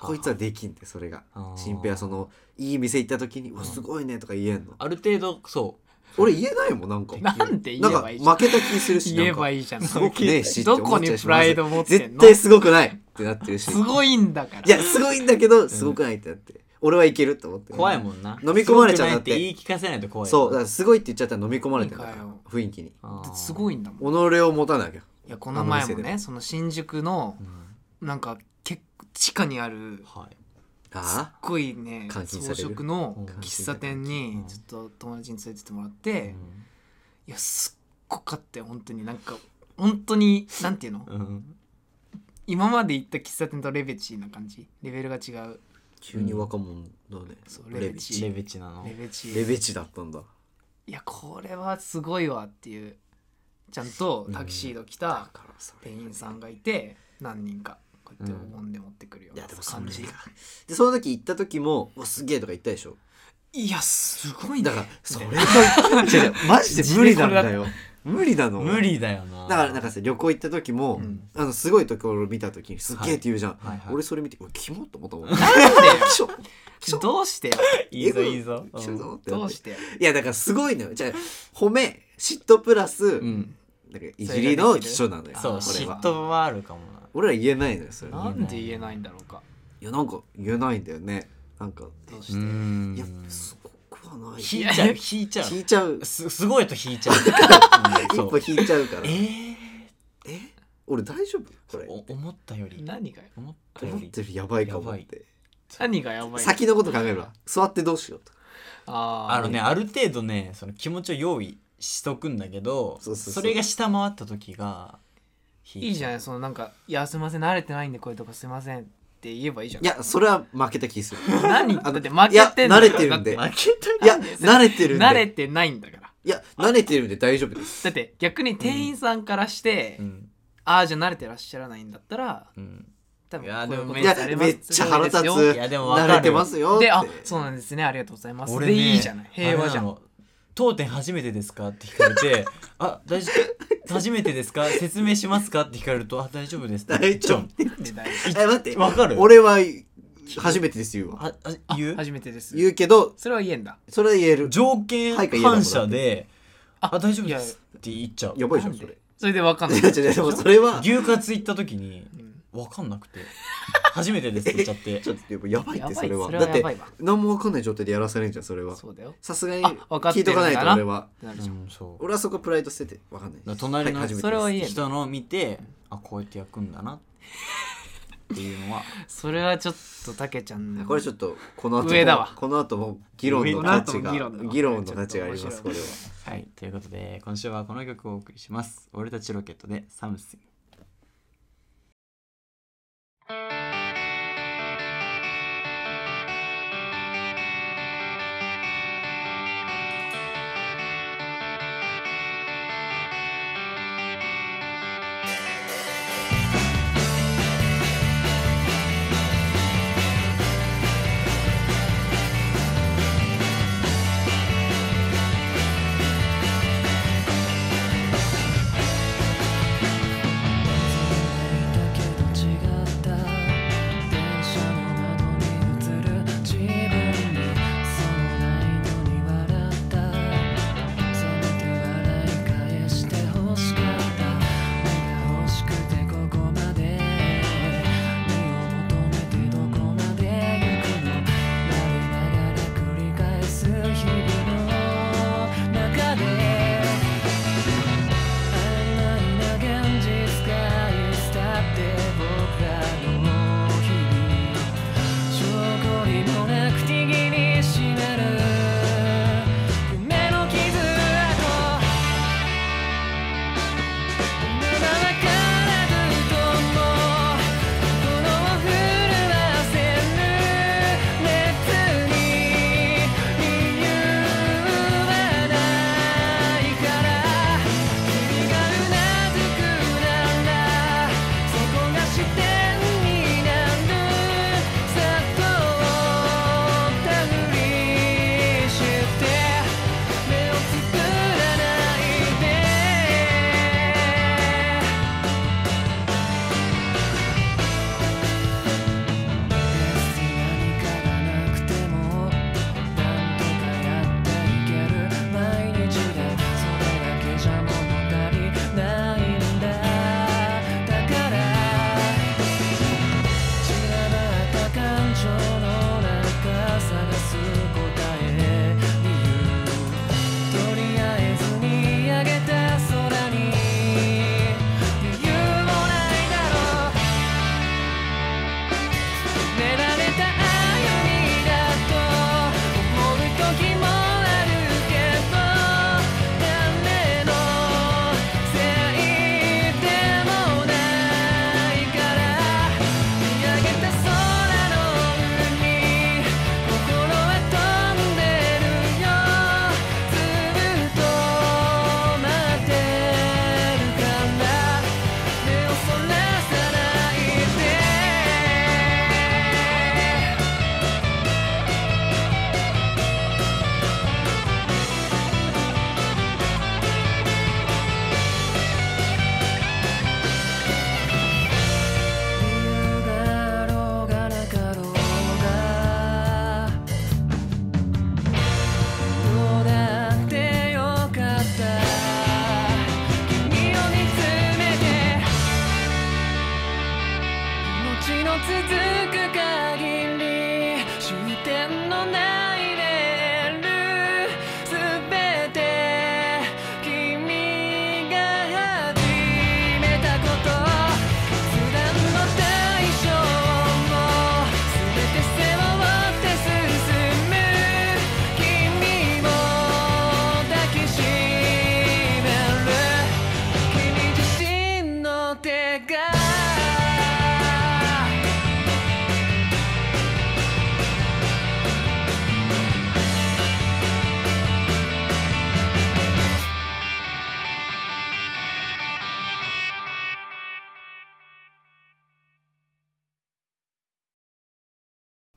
Speaker 2: こいつはできんってそれが
Speaker 1: あー
Speaker 2: 新平はそのいい店行った時に「うわすごいね」とか言えんの
Speaker 1: ある程度そう
Speaker 2: 俺言えないもんなんか
Speaker 3: なんで言
Speaker 2: な
Speaker 3: え
Speaker 2: んか
Speaker 3: ばいいじゃん
Speaker 2: 負けた気するし
Speaker 3: 言えば
Speaker 2: い
Speaker 3: いいじゃん
Speaker 2: すごくねえしって
Speaker 3: ど
Speaker 2: 思
Speaker 3: こ
Speaker 2: っちゃう
Speaker 3: に
Speaker 2: し
Speaker 3: プライド持ってん
Speaker 2: 絶
Speaker 3: の
Speaker 2: 対すごくないってなってるし
Speaker 3: すごいんだから
Speaker 2: いやすごいんだけどすごくないってなって俺はいけると思って
Speaker 1: 怖いもんな
Speaker 2: 飲み込まれちゃうんだって
Speaker 1: すごくない言い聞かせないと怖い
Speaker 2: そうだからすごいって言っちゃったら飲み込まれてる
Speaker 3: いいかよ
Speaker 2: 雰囲気に
Speaker 1: あー
Speaker 3: すごいんだもん
Speaker 2: 己を持たなきゃ
Speaker 3: いやこの前も
Speaker 2: あの店
Speaker 3: ねその新宿の
Speaker 1: うん
Speaker 3: なんか結構地下にある
Speaker 1: はい
Speaker 3: すっ
Speaker 2: あ
Speaker 3: ごいね
Speaker 2: 監禁さ
Speaker 3: 装
Speaker 2: れる
Speaker 3: 飾の
Speaker 1: うん
Speaker 3: 喫茶店に
Speaker 1: 監禁
Speaker 3: ちょっと友達に連れてってもらって、いやすっごかったよ本当になんか本当になんていうの
Speaker 1: うん
Speaker 3: 今まで行った喫茶店とレベチな感じレベルが違う
Speaker 2: 急に若者だね
Speaker 3: そうレベチ
Speaker 1: レベチなの
Speaker 3: レベチ
Speaker 2: レベチだったんだ
Speaker 3: いやこれはすごいわっていうちゃんとタキシード着た
Speaker 2: からさ
Speaker 3: 店員さんがいて何人かこうやってお盆で持ってくるよ
Speaker 2: いう
Speaker 3: な
Speaker 2: やでもそ
Speaker 3: 感
Speaker 2: れ
Speaker 3: じ、
Speaker 2: がでその時行った時も「うわすげえ」とか言ったでしょ
Speaker 3: いやすごいね
Speaker 2: だからそれが違う違うマジで無理なんだよ無理なの
Speaker 1: 無理だよな
Speaker 2: だからなんかさ旅行行った時も、
Speaker 3: うん
Speaker 2: あのすごいところを見た時に「すっげえ」って言うじゃん、
Speaker 1: はいはい
Speaker 2: 俺それ見て「うわキモ」って思ったもん
Speaker 3: なんでよ
Speaker 2: キショ
Speaker 3: どうしてよ
Speaker 1: いいぞいいぞ
Speaker 2: キショぞって
Speaker 3: ど
Speaker 2: なっ
Speaker 3: う
Speaker 2: て
Speaker 3: してよ
Speaker 2: いやだからすごいのよじゃあ褒め嫉妬プラス、
Speaker 1: うん
Speaker 2: なんかいじりの基礎なのよ
Speaker 1: そう
Speaker 3: あー
Speaker 2: 俺
Speaker 1: 嫉
Speaker 2: は
Speaker 1: 妬はあるかもな
Speaker 2: 俺ら言えないのよそれ
Speaker 3: なんで言えないんだろうか
Speaker 2: いやなんか言えないんだよねなんか
Speaker 3: どうし
Speaker 1: う
Speaker 3: て
Speaker 1: ん
Speaker 2: いやすごくはない
Speaker 1: 引い ちゃう引いちゃ
Speaker 2: 引
Speaker 1: う
Speaker 2: いちゃう
Speaker 1: すすごいと引いち ゃううん
Speaker 2: 一
Speaker 1: そう
Speaker 2: 歩引いちゃうからえ
Speaker 1: え
Speaker 2: 俺大丈夫こ
Speaker 1: ー、
Speaker 2: れ
Speaker 1: お思ったより
Speaker 3: 何がよ
Speaker 1: 思ったよ
Speaker 2: 思っ
Speaker 1: り
Speaker 2: てるやばいかもっ
Speaker 1: や
Speaker 2: て
Speaker 3: 何がやばい
Speaker 2: 先のこと考えるわ座ってどうしようとか
Speaker 3: あー
Speaker 1: あのねある程度ねその気持ちを用意しとくんだけど
Speaker 2: そうそうそう
Speaker 1: れが下回った時が引
Speaker 3: いいじゃ
Speaker 1: ん
Speaker 3: ないそのなんか「いやすいません慣れてないんでこういうとこすいません」って言えばいいじゃん
Speaker 2: いやそれは負けた気す る
Speaker 3: 何だ
Speaker 2: あの
Speaker 3: って負
Speaker 2: いや
Speaker 3: けてんだから
Speaker 2: 慣れてるんで
Speaker 3: だっ
Speaker 1: 負けた
Speaker 2: いや慣れて
Speaker 3: て
Speaker 2: るんで
Speaker 3: 慣れてないんだから
Speaker 2: いや慣れてるんで大丈夫です
Speaker 3: だって逆に店員さんからして「
Speaker 1: うん
Speaker 3: ああじゃあ慣れてらっしゃらないんだったら
Speaker 1: うん
Speaker 3: 多分
Speaker 1: いやでも
Speaker 3: こう
Speaker 2: い
Speaker 3: コメ
Speaker 2: う
Speaker 3: ン
Speaker 2: や
Speaker 3: トされます
Speaker 2: めっちゃ腹立つ
Speaker 3: そうですよ
Speaker 1: いやでもわか
Speaker 2: 慣
Speaker 1: る
Speaker 2: れてますよって
Speaker 3: であそうなんですねありがとうございます、
Speaker 1: 俺
Speaker 3: で
Speaker 1: ね
Speaker 3: いいじゃない平和じ
Speaker 1: あれ
Speaker 3: ゃ
Speaker 1: なんの当店初めてですかって聞かれ て「あ大丈夫初めてですか説明しますか?」って聞かれると「あ大丈夫です」って言っ
Speaker 2: 大
Speaker 1: ちゃ
Speaker 2: 丈
Speaker 1: う
Speaker 2: 夫
Speaker 3: で 大丈
Speaker 2: え待って
Speaker 1: わかる
Speaker 2: 俺は初めてです言うわ
Speaker 1: ああ言
Speaker 3: 夫
Speaker 1: う
Speaker 3: 初めてです
Speaker 2: 言うけど
Speaker 3: それは言えんだ
Speaker 2: それは言える
Speaker 1: 条件
Speaker 2: はいか言えばもら
Speaker 1: 反射
Speaker 2: って
Speaker 1: で「あ大丈夫
Speaker 3: い
Speaker 1: で
Speaker 3: や
Speaker 1: す」って言っちゃう
Speaker 2: やばいじゃん
Speaker 3: なん
Speaker 2: そ
Speaker 3: で
Speaker 2: れ
Speaker 3: それでわかんない
Speaker 2: いや 違う違うでもそれは
Speaker 1: 牛カツ行った時に
Speaker 3: ん
Speaker 1: 分かんなくて初めてですって言っちゃって
Speaker 2: ちょっとやばい
Speaker 3: や
Speaker 2: っ
Speaker 3: ば
Speaker 2: て
Speaker 3: い
Speaker 2: それは
Speaker 3: それ
Speaker 2: だ
Speaker 3: は
Speaker 2: っ
Speaker 3: やばい
Speaker 2: て
Speaker 3: わ
Speaker 2: 何もわかんない状態でやらされんじゃんそれは
Speaker 3: そうだよ
Speaker 2: さすがに
Speaker 3: あわかって
Speaker 2: 聞いとかないと
Speaker 3: るんだな
Speaker 2: 俺は
Speaker 3: ってなる
Speaker 1: う
Speaker 3: じゃん
Speaker 1: んそう
Speaker 2: 俺はそこプライド捨ててわかんない
Speaker 1: だから隣の
Speaker 2: はい初めてです
Speaker 3: それは言えんだ
Speaker 1: 人の見てあこうやって焼くんだなっていう のは
Speaker 3: それはちょっとたけちゃんの
Speaker 2: これちょっとこの後も
Speaker 3: 上だわ
Speaker 2: この後も議論の価値が
Speaker 3: この後も議論だわ
Speaker 2: 議論の価値があります
Speaker 3: ち
Speaker 2: こ
Speaker 3: ょっ
Speaker 2: れは
Speaker 1: はいということで今週はこの曲をお送りします「俺たちロケット」で「サムスン
Speaker 4: 「だけど違った」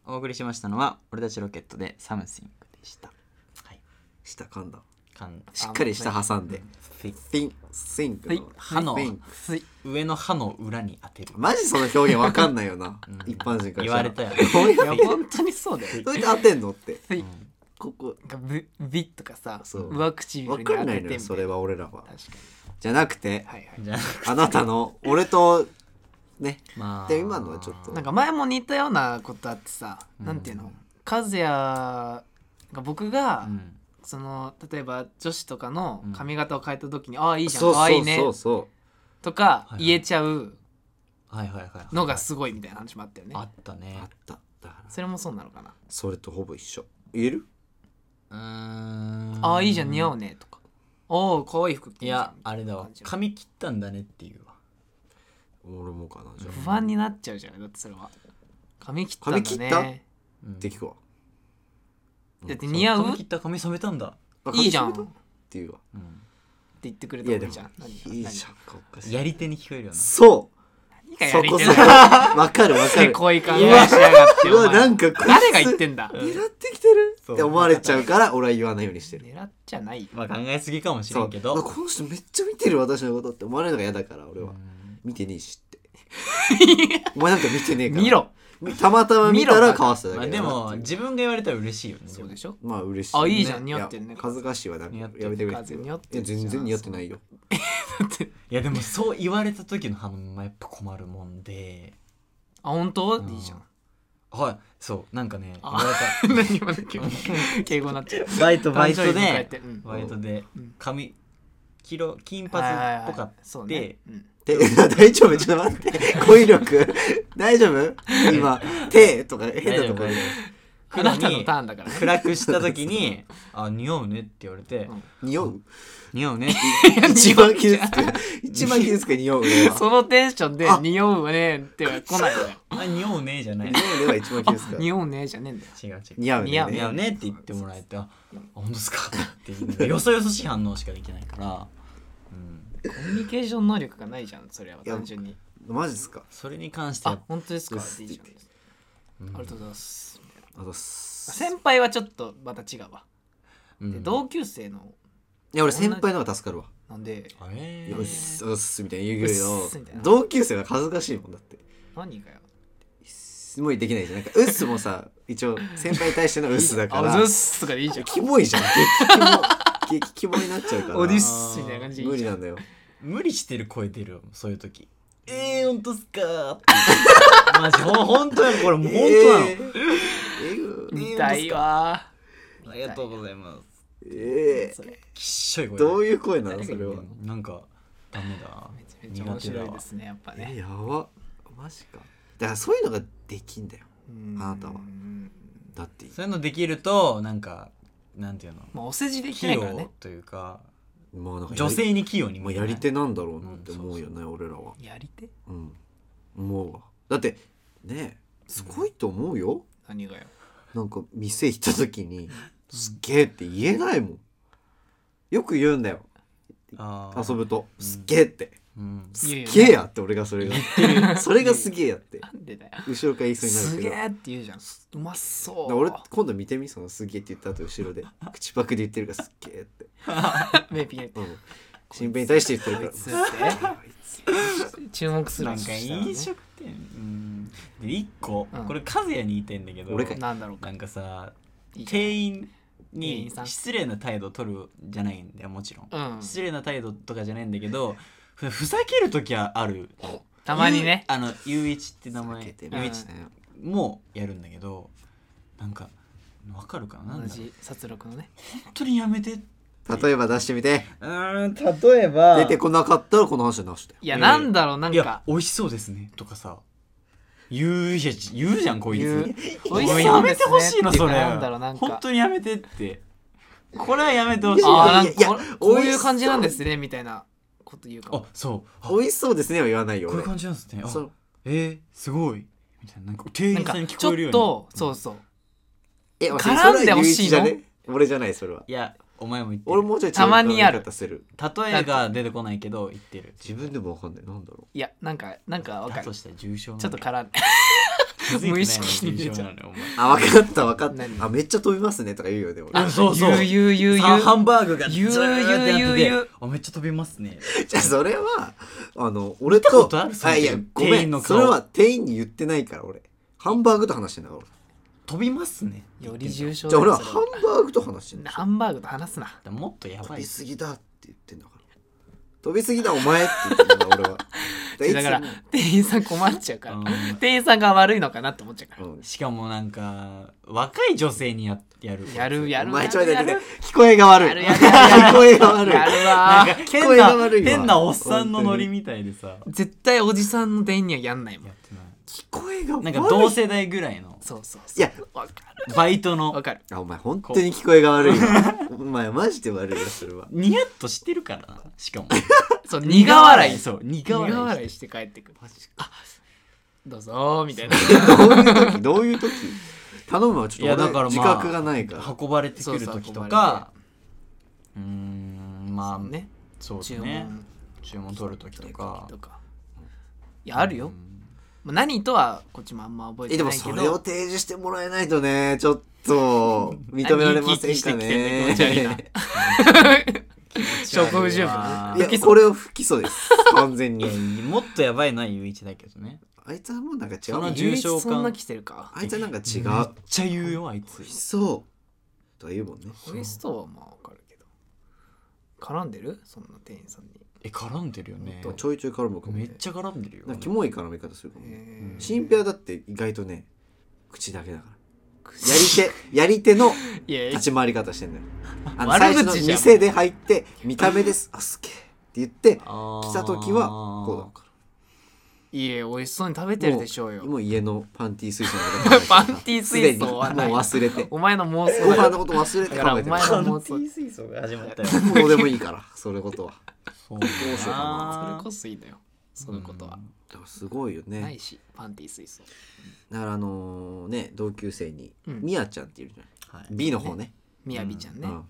Speaker 4: お送りしましたのは「俺たちロケット」で「サムシング」でした
Speaker 2: 下噛んだ
Speaker 1: かん
Speaker 2: しっかり下挟んで
Speaker 1: フィ
Speaker 2: フィンシンクの、
Speaker 1: 歯の
Speaker 2: フィンク
Speaker 1: 上の歯の裏に当てる
Speaker 2: マジその表現わかんないよな一般人から
Speaker 1: 言われたよ
Speaker 2: い や
Speaker 3: 本当にそうだよ
Speaker 2: どうやって当てんのって
Speaker 3: はい
Speaker 2: ここ
Speaker 3: なんかブビとかさ
Speaker 2: そう
Speaker 3: 上唇
Speaker 2: わ
Speaker 3: に
Speaker 2: か
Speaker 3: 当
Speaker 2: んな
Speaker 3: て
Speaker 2: い
Speaker 3: て
Speaker 2: の
Speaker 3: み
Speaker 2: よそ
Speaker 3: たい
Speaker 2: れ
Speaker 3: な
Speaker 2: は俺らは
Speaker 3: 確か
Speaker 2: じゃなくて
Speaker 3: にはいはい
Speaker 1: じ ゃ
Speaker 2: あなたの俺とね
Speaker 1: あまあ
Speaker 2: で今のはちょっと
Speaker 3: なんか前も似たようなことあってさ、なんていうの和也が僕が、
Speaker 1: うん
Speaker 3: その例えば女子とかの髪型を変えた時に「ああいいじゃん
Speaker 2: そう
Speaker 3: かわい
Speaker 2: そ
Speaker 3: いうね
Speaker 2: そう」そ
Speaker 3: とか
Speaker 1: はいはい
Speaker 3: 言えちゃう
Speaker 1: はいはいはい
Speaker 3: のがすごいみたいな話もあったよね、
Speaker 1: あった
Speaker 2: う
Speaker 1: ね
Speaker 2: あっただから
Speaker 3: それもそうなのかな
Speaker 2: それとほぼ一緒言える
Speaker 1: うーん
Speaker 3: 「ああいいじゃん似合うね」とか「おおかわいい服着て
Speaker 1: い
Speaker 3: んじゃん
Speaker 1: やあれだわ
Speaker 3: 感じ
Speaker 1: 髪切ったんだねっていうわ
Speaker 2: 俺もかなじゃあ
Speaker 3: 不安になっちゃうじゃないだってそれは髪切ったんだね
Speaker 2: 髪切った
Speaker 1: うん
Speaker 2: できくわ
Speaker 3: だって似合う
Speaker 1: 髪
Speaker 3: っ
Speaker 1: 切った髪染めたんだ
Speaker 2: あ
Speaker 3: いいじゃん
Speaker 2: 髪染めたっていうわ
Speaker 1: うん
Speaker 3: て言ってくれ
Speaker 2: い
Speaker 3: た
Speaker 2: や
Speaker 3: らい
Speaker 2: で
Speaker 3: い
Speaker 2: も
Speaker 3: じゃん何
Speaker 2: いいじゃんかおかしい
Speaker 1: やり手に聞こえるよな
Speaker 2: そう
Speaker 3: 何がや
Speaker 2: そ
Speaker 3: り
Speaker 2: こ
Speaker 3: て
Speaker 2: そ
Speaker 3: ん
Speaker 2: こ
Speaker 3: だ
Speaker 2: わかるわか
Speaker 3: せ
Speaker 2: る
Speaker 3: こい考えしやがって
Speaker 2: う
Speaker 3: お
Speaker 2: わ
Speaker 3: 前
Speaker 2: なんかこいつ
Speaker 3: 誰が言ってんだ
Speaker 2: 狙ってきてる
Speaker 1: そう
Speaker 2: って思われちゃうから俺は言わないようにしてる
Speaker 3: 狙っちゃないよ
Speaker 1: まあ考えすぎかもしれ
Speaker 2: そうん
Speaker 1: けど
Speaker 2: うわこの人めっちゃ見てる私のことって思われるのが嫌だから俺は見てねえし ってお前なんか見てねえから
Speaker 3: 見ろ
Speaker 2: みたまたま見たらかわすだ
Speaker 1: まあ
Speaker 2: け
Speaker 1: で
Speaker 2: だな
Speaker 1: も自分が言われたら嬉しいよね
Speaker 3: そうでしょ
Speaker 2: まあ嬉しいね、
Speaker 3: あいいじゃん似合ってるね
Speaker 2: いや恥ずかしいわなんか
Speaker 1: 似合
Speaker 2: や
Speaker 1: って
Speaker 2: め
Speaker 1: る
Speaker 2: てくれ
Speaker 3: 風に似合って
Speaker 2: いや
Speaker 3: るじゃん
Speaker 2: 全然似合ってないよ
Speaker 1: いやでもそう言われた時の反応もやっぱ困るもんで
Speaker 3: あ本当
Speaker 1: うん
Speaker 3: いいじゃん
Speaker 1: はいそうなんかね言
Speaker 3: あ
Speaker 1: われ
Speaker 3: 何今の急に敬語になっちゃう
Speaker 1: た バイトバイト
Speaker 3: 誕生日迎えて
Speaker 1: で
Speaker 3: うん
Speaker 1: バイトで
Speaker 3: うん
Speaker 1: 髪黄色金髪
Speaker 3: はいはいはい
Speaker 1: っぽかっ
Speaker 3: そうね
Speaker 1: て
Speaker 3: うん
Speaker 2: 手 大丈夫ちょっと待って語彙力大丈夫今手とか変なと
Speaker 1: 大丈夫
Speaker 2: ころ
Speaker 1: 大
Speaker 2: で
Speaker 1: 丈
Speaker 3: あなたのターンだからね
Speaker 1: 暗くした時に「あ似合うね」って言われて
Speaker 3: うん
Speaker 2: 匂う
Speaker 1: 「似合うね」って
Speaker 2: 一番傷つく 一番傷つく匂う俺は
Speaker 3: そのテンションで
Speaker 2: あ
Speaker 3: 匂うねっては来ないのよ
Speaker 1: 「あ似合うね」じゃない
Speaker 2: 匂う俺は一番傷つく
Speaker 3: 匂うねじゃねえんだよ
Speaker 1: 違う違う
Speaker 2: 似合うね
Speaker 3: 似合う
Speaker 1: 似合うねって言ってもらえて「あ本当ですか」っていうよそよそしい反応しかできないから、うん、
Speaker 3: コミュニケーション能力がないじゃんそれは
Speaker 2: や
Speaker 3: 単純に
Speaker 2: マジっすか
Speaker 1: それに関して
Speaker 3: あ
Speaker 1: は
Speaker 3: 本当ですか
Speaker 2: う
Speaker 3: い
Speaker 2: っす
Speaker 3: いじゃん
Speaker 1: うん
Speaker 3: ありがとうございます
Speaker 2: あとす
Speaker 3: 先輩はちょっとまた違うわ
Speaker 1: うん
Speaker 3: で同級生の
Speaker 2: いや俺先輩の方が助かるわ
Speaker 3: なんで
Speaker 1: あれ
Speaker 2: よっすよっすみたいな言うけれ
Speaker 3: うっすみたいな
Speaker 2: ど同級生が恥ずかしいもんだって
Speaker 3: 何がよ
Speaker 2: すごいできないじゃんなんかうっすも さ一応先輩に対してのうっすだか
Speaker 3: あ
Speaker 2: ら
Speaker 3: うっすとかでいいじゃん
Speaker 2: キモいじゃん激キモ激キモになっちゃうから
Speaker 3: オディスみたいな感じでい
Speaker 2: 無
Speaker 3: い
Speaker 2: 理
Speaker 3: じゃん
Speaker 2: なんだよ
Speaker 1: 無理してる声出るよそういう時「えー、本当っすか?」ってマジほん本当やこれもう本当なの、
Speaker 2: えーえぐ
Speaker 3: 見たいわ
Speaker 1: ありがとうございます
Speaker 2: え
Speaker 3: それ
Speaker 1: きっしょい声
Speaker 2: どう
Speaker 1: いう
Speaker 2: いう声なのそれは
Speaker 1: なんかダメだ
Speaker 3: めちゃめちゃ面白いですねやっぱ
Speaker 2: え
Speaker 3: ね
Speaker 2: やばマジかだからそういうのができんだよ
Speaker 3: うん
Speaker 2: あなたはだって
Speaker 1: そういうのできるとなんかなんていうの
Speaker 3: まあお世辞でき
Speaker 1: 器
Speaker 3: ないからね
Speaker 1: 用というか
Speaker 2: まあなんかやり
Speaker 1: 女性に器用に
Speaker 2: まあ
Speaker 1: 見え
Speaker 2: や
Speaker 1: ない
Speaker 2: り手なんだろうなって思うよね俺らは
Speaker 3: やりて
Speaker 2: うん思うわだってねすごいと思うよ
Speaker 3: 何がよ
Speaker 2: なんか店行った時に「すっげえ」って言えないもんよく言うんだよ
Speaker 1: あー
Speaker 2: 遊ぶと「すっげえ」って
Speaker 1: うん
Speaker 2: 「すっげえや」って俺がそれが それがすげえやって
Speaker 3: なんでだよ
Speaker 2: 後ろから言いそうにな
Speaker 3: す
Speaker 2: る
Speaker 3: げ
Speaker 2: けど
Speaker 3: えって言うじゃんすうまそ
Speaker 2: だ
Speaker 3: う
Speaker 2: から俺今度見てみその「すげえ」って言った後後ろで口パクで言ってるから「すっげえ」って
Speaker 3: 目ピンって
Speaker 2: うん新兵に対して言ってる
Speaker 3: こいつ
Speaker 2: からうん
Speaker 3: っ
Speaker 2: あいつ
Speaker 3: て注目する
Speaker 1: なんか飲食店うんで1個、
Speaker 3: うん
Speaker 1: これ和也に言いたいんだけど
Speaker 2: 俺か
Speaker 3: なんだろうか
Speaker 1: なんかさ
Speaker 3: いいじゃん
Speaker 1: 店員
Speaker 3: 店
Speaker 1: に
Speaker 3: 員さん
Speaker 1: 失礼な態度取るじゃないんだよもちろん、
Speaker 3: うん
Speaker 1: 失礼な態度とかじゃないんだけどふふざける時はある
Speaker 3: たまにね
Speaker 1: ゆうあの「ゆういち」って名
Speaker 2: ふざけ
Speaker 1: 前
Speaker 2: て
Speaker 3: うん
Speaker 2: るね
Speaker 1: もやるんだけどなんかわかるかなな
Speaker 3: 同
Speaker 1: んだろう
Speaker 3: じ殺戮のね
Speaker 1: 本当にやめて
Speaker 2: 例えば出してみて
Speaker 1: うん例えば
Speaker 2: 出てこなかったらこの話はなしだよ
Speaker 3: いや
Speaker 1: うん
Speaker 3: なんだろうなん
Speaker 1: いや
Speaker 3: か
Speaker 1: 美味しそうですねとかさ言うじゃん言うじゃんこい
Speaker 3: 言
Speaker 1: つ
Speaker 3: う美味しそうです
Speaker 1: お
Speaker 3: ね
Speaker 1: いやめてほしいの
Speaker 3: ってい
Speaker 1: そ
Speaker 3: うか
Speaker 1: れ
Speaker 3: なんだろうなんか
Speaker 1: 本当にやめてってこれはやめてほしい
Speaker 3: あ
Speaker 1: あ
Speaker 3: あなん
Speaker 2: いや
Speaker 3: かここういう感じなんですねみたいなこと言うかも
Speaker 1: そうあこ
Speaker 2: 美味しそうですねは言わないよ
Speaker 1: ういう
Speaker 2: 俺
Speaker 1: 感じなんですねあ
Speaker 2: そう
Speaker 1: えー、すごいみたいななんか店員
Speaker 3: なん
Speaker 1: さん
Speaker 3: か
Speaker 1: に
Speaker 3: ち
Speaker 1: 聞こえるよ
Speaker 3: ょ
Speaker 1: う
Speaker 3: っ
Speaker 1: に
Speaker 3: とそうそう
Speaker 2: え
Speaker 3: 絡んで
Speaker 2: それは
Speaker 3: 欲しいの
Speaker 2: ゆういちじゃね俺じゃないそれはい
Speaker 1: やお前も言って
Speaker 2: 俺
Speaker 1: る
Speaker 2: もうちょい違う
Speaker 3: たまにある
Speaker 2: 考え方する
Speaker 1: 例えが出てこないけど言ってる
Speaker 2: 自分でもわかんないなんだろ
Speaker 3: いやなんかなんかわ
Speaker 1: だ
Speaker 3: か
Speaker 1: と
Speaker 3: る
Speaker 1: したら重症
Speaker 3: ちょっと絡ん
Speaker 1: 気づいてない
Speaker 3: 無意識に出ちゃう
Speaker 1: のよ
Speaker 2: あ分かった分かった
Speaker 3: 何
Speaker 2: あめっちゃ飛びますねとか言うよでも
Speaker 1: あそうそう
Speaker 3: ゆうゆうゆうゆう
Speaker 1: さあハンバーグが
Speaker 3: ゆう
Speaker 1: ジャーってなってて
Speaker 3: ゆうゆうゆう
Speaker 1: あめっちゃ飛びますね
Speaker 2: じゃあそれはあの俺
Speaker 1: たこととあるその
Speaker 2: あいやごめ
Speaker 1: 店員
Speaker 2: ん
Speaker 1: の
Speaker 2: そ
Speaker 1: 顔
Speaker 2: れは店員に言ってないから俺ハンバーグと話してんだから
Speaker 1: 飛びますね
Speaker 3: より重症
Speaker 2: 俺じゃあ俺は
Speaker 3: だよ
Speaker 2: ハ
Speaker 3: それ
Speaker 2: ンバーグと話してんだ
Speaker 3: ハンバーグと話すな
Speaker 1: もっとや
Speaker 2: 飛
Speaker 1: ばい
Speaker 2: びすぎだって言ってんだから飛びすぎだお前って言ってんだから俺は
Speaker 3: だから
Speaker 2: いつも
Speaker 3: 店員さん困っちゃうから
Speaker 1: うん
Speaker 3: 店員さんが悪いのかなって思っちゃうから
Speaker 2: うん
Speaker 1: しかもなんか若い女性にややる
Speaker 3: やるや
Speaker 2: お
Speaker 3: る
Speaker 2: 前
Speaker 3: や
Speaker 2: ちょい
Speaker 3: る
Speaker 2: だ
Speaker 3: や
Speaker 2: けで
Speaker 3: る
Speaker 2: 聞こえが悪い
Speaker 3: やるやるやる
Speaker 2: 聞こえが悪い
Speaker 3: やる
Speaker 1: な
Speaker 3: わ
Speaker 1: んか
Speaker 3: ー
Speaker 2: 聞こ
Speaker 1: 変
Speaker 2: えが
Speaker 1: な
Speaker 2: 悪いわ
Speaker 1: 変なおっさんのノリみたいでさ
Speaker 3: 絶対おじさんの店員にはやんないもん
Speaker 1: やってない
Speaker 2: 聞こえが悪い
Speaker 1: なんか同世代ぐらいの
Speaker 3: そうそうそう
Speaker 2: いや
Speaker 3: わかる
Speaker 1: バイト
Speaker 3: わ
Speaker 1: の
Speaker 3: かる
Speaker 2: あお前本当に聞こえが悪いわお前マジで悪いわそ れは
Speaker 1: ニヤッとしてるからなしかも
Speaker 3: そう苦笑い
Speaker 1: そう苦
Speaker 3: 苦
Speaker 1: 笑い
Speaker 3: 笑いして帰ってくるあどうぞーみたいな
Speaker 2: どういう時どういう時頼むわちょっと
Speaker 1: いやだからまあ
Speaker 2: 俺自覚がないから、
Speaker 1: 運ばれてくる時と
Speaker 3: そうそう
Speaker 1: かうーんまあ
Speaker 3: ね
Speaker 1: そうです
Speaker 3: 注
Speaker 1: ね
Speaker 3: 文
Speaker 1: 注文取る時と
Speaker 3: 取る
Speaker 1: か
Speaker 3: 時とかいやあるよ
Speaker 1: うん
Speaker 3: まあ何とはこっちもあんま覚え
Speaker 2: え
Speaker 3: て
Speaker 2: で
Speaker 3: な
Speaker 2: も
Speaker 3: いけ
Speaker 2: そ
Speaker 3: ど
Speaker 2: れを提示してもらえないとねちょっと認められ
Speaker 3: 何
Speaker 2: ませんかね
Speaker 3: 生き生きしてきてんだよ気持ち悪いな証拠不十分
Speaker 1: あ
Speaker 2: い
Speaker 1: ー
Speaker 2: やこれを不起訴です完全
Speaker 1: いや
Speaker 2: に
Speaker 1: もっとやばいのはゆういちだけどね
Speaker 2: あいつはもうなんか違
Speaker 1: そうの
Speaker 2: もん
Speaker 1: 重症感
Speaker 3: そんな来てるか
Speaker 2: あいつはなんか違う
Speaker 1: めっちゃ言うよあいつ
Speaker 2: 不起訴とか言うもんね
Speaker 3: 美味しそうはまあわかるけど絡んでるそんな店員さんに
Speaker 1: え絡んでるよね
Speaker 2: とちょいちょい絡むかも、
Speaker 1: め
Speaker 2: ね、
Speaker 1: っちゃ絡んでるよ
Speaker 2: なんかキモい絡み方するかも、ね、
Speaker 3: へー
Speaker 2: 新平はだって意外とね口だけだからやり手やり手の
Speaker 3: いやいや
Speaker 2: 立ち回り方してん だよ。あの
Speaker 3: 悪口
Speaker 2: 最
Speaker 3: じゃん
Speaker 2: 初の店で入って見た目です。あすげえって言って
Speaker 1: 来
Speaker 2: 来た時はこうだか
Speaker 3: いや美味しそうに食べてるでしょう
Speaker 2: ら。
Speaker 3: よ
Speaker 2: もう家のパンティ水槽の中 に
Speaker 3: パンティ水槽は
Speaker 2: すで
Speaker 3: ない
Speaker 2: にもう忘れ て。
Speaker 3: お前の妄
Speaker 2: ご
Speaker 3: 想だ
Speaker 2: 飯
Speaker 3: よ
Speaker 2: のこと忘れて
Speaker 3: だから
Speaker 2: 考
Speaker 3: お
Speaker 2: えて
Speaker 3: 前の妄想
Speaker 1: 水槽が始まったよ
Speaker 2: る。どうで もいいからそれことは。
Speaker 1: そうだ
Speaker 2: どうしようか
Speaker 3: それ
Speaker 1: な
Speaker 3: こそいいのよそのことは
Speaker 2: だからすごいよ
Speaker 3: な
Speaker 2: ね
Speaker 3: い。しパンティ水槽
Speaker 2: だからあのね同級生に
Speaker 3: うん
Speaker 2: ミヤちゃんっているじゃん。
Speaker 1: はい
Speaker 2: B の方ね。
Speaker 3: みやびちゃん
Speaker 2: う
Speaker 3: ね
Speaker 2: ん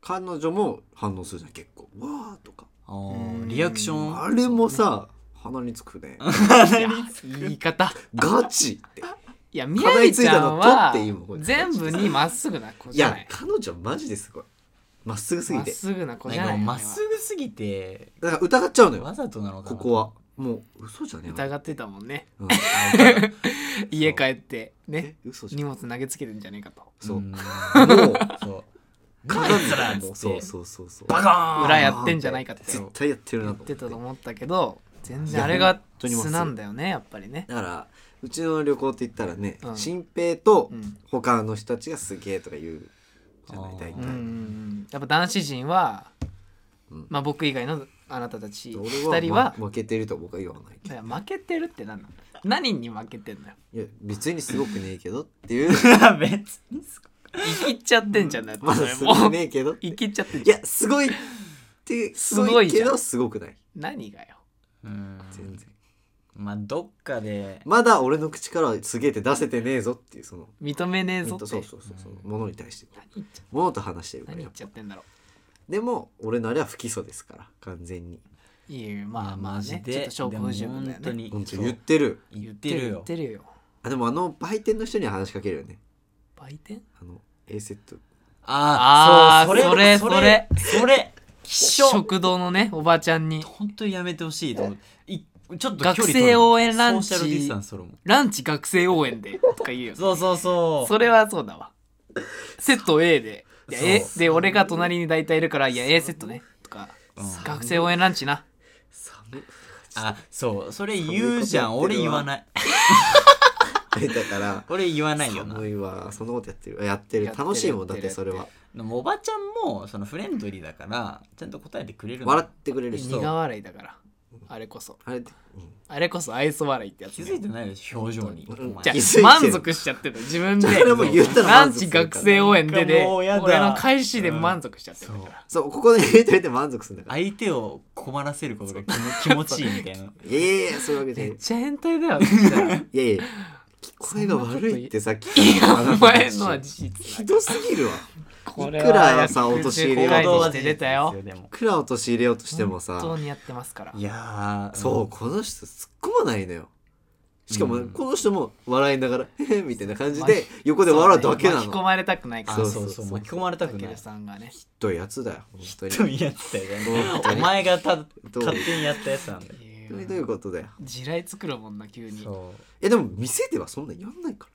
Speaker 2: 彼女も反応するじゃん結構。わーとか。
Speaker 1: あーリアクション
Speaker 2: あれもさ鼻につ くね。
Speaker 3: いや言い方
Speaker 2: ガチって。
Speaker 3: いやみやびちゃんは
Speaker 2: 課題ついたの取っていいもんこれ
Speaker 3: 全部にまっすぐな子
Speaker 2: い
Speaker 3: じゃ
Speaker 2: や
Speaker 3: ない
Speaker 2: 彼女マジですごいまっすぐすぎ
Speaker 3: まってすぐな子じゃ
Speaker 1: な
Speaker 3: なんい
Speaker 1: かまっ
Speaker 3: あれは
Speaker 1: すぐすぎて
Speaker 2: だから疑っちゃうの
Speaker 1: わ
Speaker 2: よ
Speaker 1: ざとなのか
Speaker 2: こ
Speaker 1: な
Speaker 2: こはもう嘘じゃねえ
Speaker 3: 疑ってたもんね
Speaker 2: うん
Speaker 3: 家帰ってね
Speaker 2: え嘘じゃ
Speaker 3: 荷
Speaker 2: ん
Speaker 3: 物投げつけるんじゃねえかと
Speaker 2: そうう んもう
Speaker 1: そう
Speaker 2: 鏡
Speaker 1: つら
Speaker 2: だ
Speaker 1: っ
Speaker 2: よ
Speaker 1: つって
Speaker 2: もうそうそうそうそう
Speaker 1: バカーン
Speaker 3: 裏やってんじゃないかって
Speaker 2: 絶対やってるな
Speaker 3: 言っ
Speaker 2: と
Speaker 3: てたと
Speaker 2: 思って
Speaker 3: 思ったけど全
Speaker 2: い
Speaker 3: 然
Speaker 2: や
Speaker 3: あれが
Speaker 2: 本当にまっす
Speaker 3: 素
Speaker 2: ぐ
Speaker 3: なんだよねやっぱりね
Speaker 2: だからうちの旅行って言ったらね
Speaker 3: うん
Speaker 2: 新平と
Speaker 3: うん
Speaker 2: 他の人たちがすげえとか言うじゃな
Speaker 1: あ
Speaker 2: い
Speaker 1: ー
Speaker 2: 大
Speaker 3: うんうんう
Speaker 2: 体
Speaker 3: んやっぱ男子陣は
Speaker 2: うん
Speaker 3: まあ僕以外のあなたたち
Speaker 2: 俺
Speaker 3: 2人
Speaker 2: は
Speaker 3: は
Speaker 2: ま負けてると僕は言わない
Speaker 3: い
Speaker 2: けど
Speaker 3: や負けてるって何なの何に負けてんのよ
Speaker 2: いや別にすごくねえけどっていう
Speaker 1: 別にす
Speaker 3: 生きっちゃってんじゃんだって
Speaker 2: ま
Speaker 3: そ
Speaker 2: だ
Speaker 3: れ
Speaker 2: す
Speaker 3: も
Speaker 2: ごく
Speaker 3: う
Speaker 2: ねえけど
Speaker 3: 生きっちゃってん
Speaker 2: い
Speaker 3: じゃん
Speaker 2: やすごいって
Speaker 3: す
Speaker 2: す
Speaker 3: ご
Speaker 2: ご
Speaker 3: い
Speaker 2: い
Speaker 3: じ
Speaker 2: け
Speaker 3: ゃん
Speaker 2: どすごくない
Speaker 3: 何がよ
Speaker 1: うん
Speaker 2: 全然
Speaker 1: まあどっかで
Speaker 2: まだ俺の口からはすげえって出せてねえぞっていうその
Speaker 3: 認めねえぞ
Speaker 2: そ
Speaker 3: っ
Speaker 2: う
Speaker 3: て
Speaker 2: そうそうそうものに対して
Speaker 3: 何言っちゃ
Speaker 2: ものと話してるか
Speaker 3: 何
Speaker 2: ら
Speaker 3: 言
Speaker 2: や
Speaker 3: っ
Speaker 2: っ
Speaker 3: ち
Speaker 2: ぱ
Speaker 3: ゃってんだろ
Speaker 2: でも俺のあれは不起訴ですから完全に
Speaker 3: ういやいや
Speaker 1: い
Speaker 3: ま
Speaker 1: や
Speaker 3: あまあ
Speaker 1: マジ
Speaker 3: ね
Speaker 1: で
Speaker 3: ちょっと証拠不十分
Speaker 1: でも
Speaker 3: だよ
Speaker 1: 本当
Speaker 3: ね
Speaker 1: に
Speaker 2: 本当
Speaker 1: そう
Speaker 2: 言ってる
Speaker 1: 言ってる
Speaker 3: 言
Speaker 1: よ
Speaker 3: ってるよ
Speaker 2: あでもあの売店の人には話しかけるよね
Speaker 3: 売店
Speaker 2: あの A セット
Speaker 1: ああ
Speaker 3: あー
Speaker 1: そうそれ
Speaker 3: それ
Speaker 1: それ気象
Speaker 3: 食堂のねおばちゃんに
Speaker 1: 本当にやめてほしいと思ういちょっと
Speaker 3: 学
Speaker 1: 距離
Speaker 3: 生
Speaker 1: 取る
Speaker 3: 応援ランチ
Speaker 1: ソーシャルディスタンス取るもん
Speaker 3: ランチ学生応援でとか言うよ
Speaker 1: そうそうそう
Speaker 3: それはそうだわセット A でいや
Speaker 1: そう
Speaker 3: A で俺が隣に大体いるからいや A セットねとか
Speaker 1: うん
Speaker 3: 学生応援ランチな
Speaker 2: 寒い
Speaker 1: あそうそれ言うじゃん
Speaker 2: そう
Speaker 1: 俺
Speaker 2: いうこと言ってるわ
Speaker 1: 言わない
Speaker 2: だから
Speaker 1: 俺言わないよな
Speaker 2: 寒いわそんなことやってるやってる
Speaker 3: やってる
Speaker 2: 楽しいもんだっ
Speaker 3: やって
Speaker 2: て
Speaker 3: る
Speaker 2: それは
Speaker 1: でもおばちゃんもそのフレンドリーだからちゃんと答えてくれるの
Speaker 2: 笑ってくれるし
Speaker 3: 苦笑いだからあれこそ
Speaker 2: あれってうん
Speaker 3: あれこそ愛想笑いってやつ
Speaker 1: 気
Speaker 3: ね
Speaker 1: づいてないでしょ表情に
Speaker 2: うん
Speaker 1: お前
Speaker 3: じゃ
Speaker 2: 気づいて
Speaker 3: あ
Speaker 2: る
Speaker 3: 満足しちゃってる自分で
Speaker 2: それも言ったら
Speaker 3: ラン
Speaker 2: 満足す
Speaker 3: チ
Speaker 2: るから
Speaker 3: 学生応援で
Speaker 1: な
Speaker 3: で
Speaker 1: んかもうやだ
Speaker 3: 俺の返しで満足しちゃってる
Speaker 1: そう
Speaker 3: から
Speaker 2: そうここで入れといて満足するんだから
Speaker 1: 相手を困らせることが 気持気持ちいいみたいな
Speaker 2: いやいやいやそういうわけじゃ
Speaker 3: め
Speaker 2: ない
Speaker 3: っちゃ変態だよそしたらい
Speaker 2: いやいや聞こえが悪いってさっき
Speaker 3: やお前の
Speaker 2: あなた
Speaker 3: は
Speaker 2: たち
Speaker 3: 事実
Speaker 2: ひ
Speaker 3: だ
Speaker 2: どすぎるわ
Speaker 3: こ
Speaker 2: いくらさ陥れようと
Speaker 3: 口
Speaker 2: 行
Speaker 3: 外
Speaker 1: 動
Speaker 3: して出たよ
Speaker 1: でも
Speaker 2: いくら陥れようとしても
Speaker 3: 本
Speaker 2: さ
Speaker 3: 当にやってますから
Speaker 1: いやー
Speaker 2: そうこの人突っ込まないのよしかも
Speaker 4: うん
Speaker 2: この人も笑いながら みたいな感じ
Speaker 3: まあ
Speaker 2: で横で笑うだけなの
Speaker 3: 巻き込まれたくないから
Speaker 1: あ
Speaker 2: そ
Speaker 1: そうう
Speaker 2: そ
Speaker 1: そうう
Speaker 2: そ
Speaker 1: そうう巻き込まれたくない
Speaker 3: 武さんがね
Speaker 2: ひどいやつだよ本当に
Speaker 1: 人にやってたよ
Speaker 2: 本
Speaker 1: ね
Speaker 2: 当に
Speaker 1: お前がた
Speaker 2: どう
Speaker 1: 勝手にやったやつなんだよ
Speaker 2: 本当にどういうことだよ
Speaker 3: 地雷作るもんな急に
Speaker 1: そ
Speaker 2: えでも店ではそんなやんないか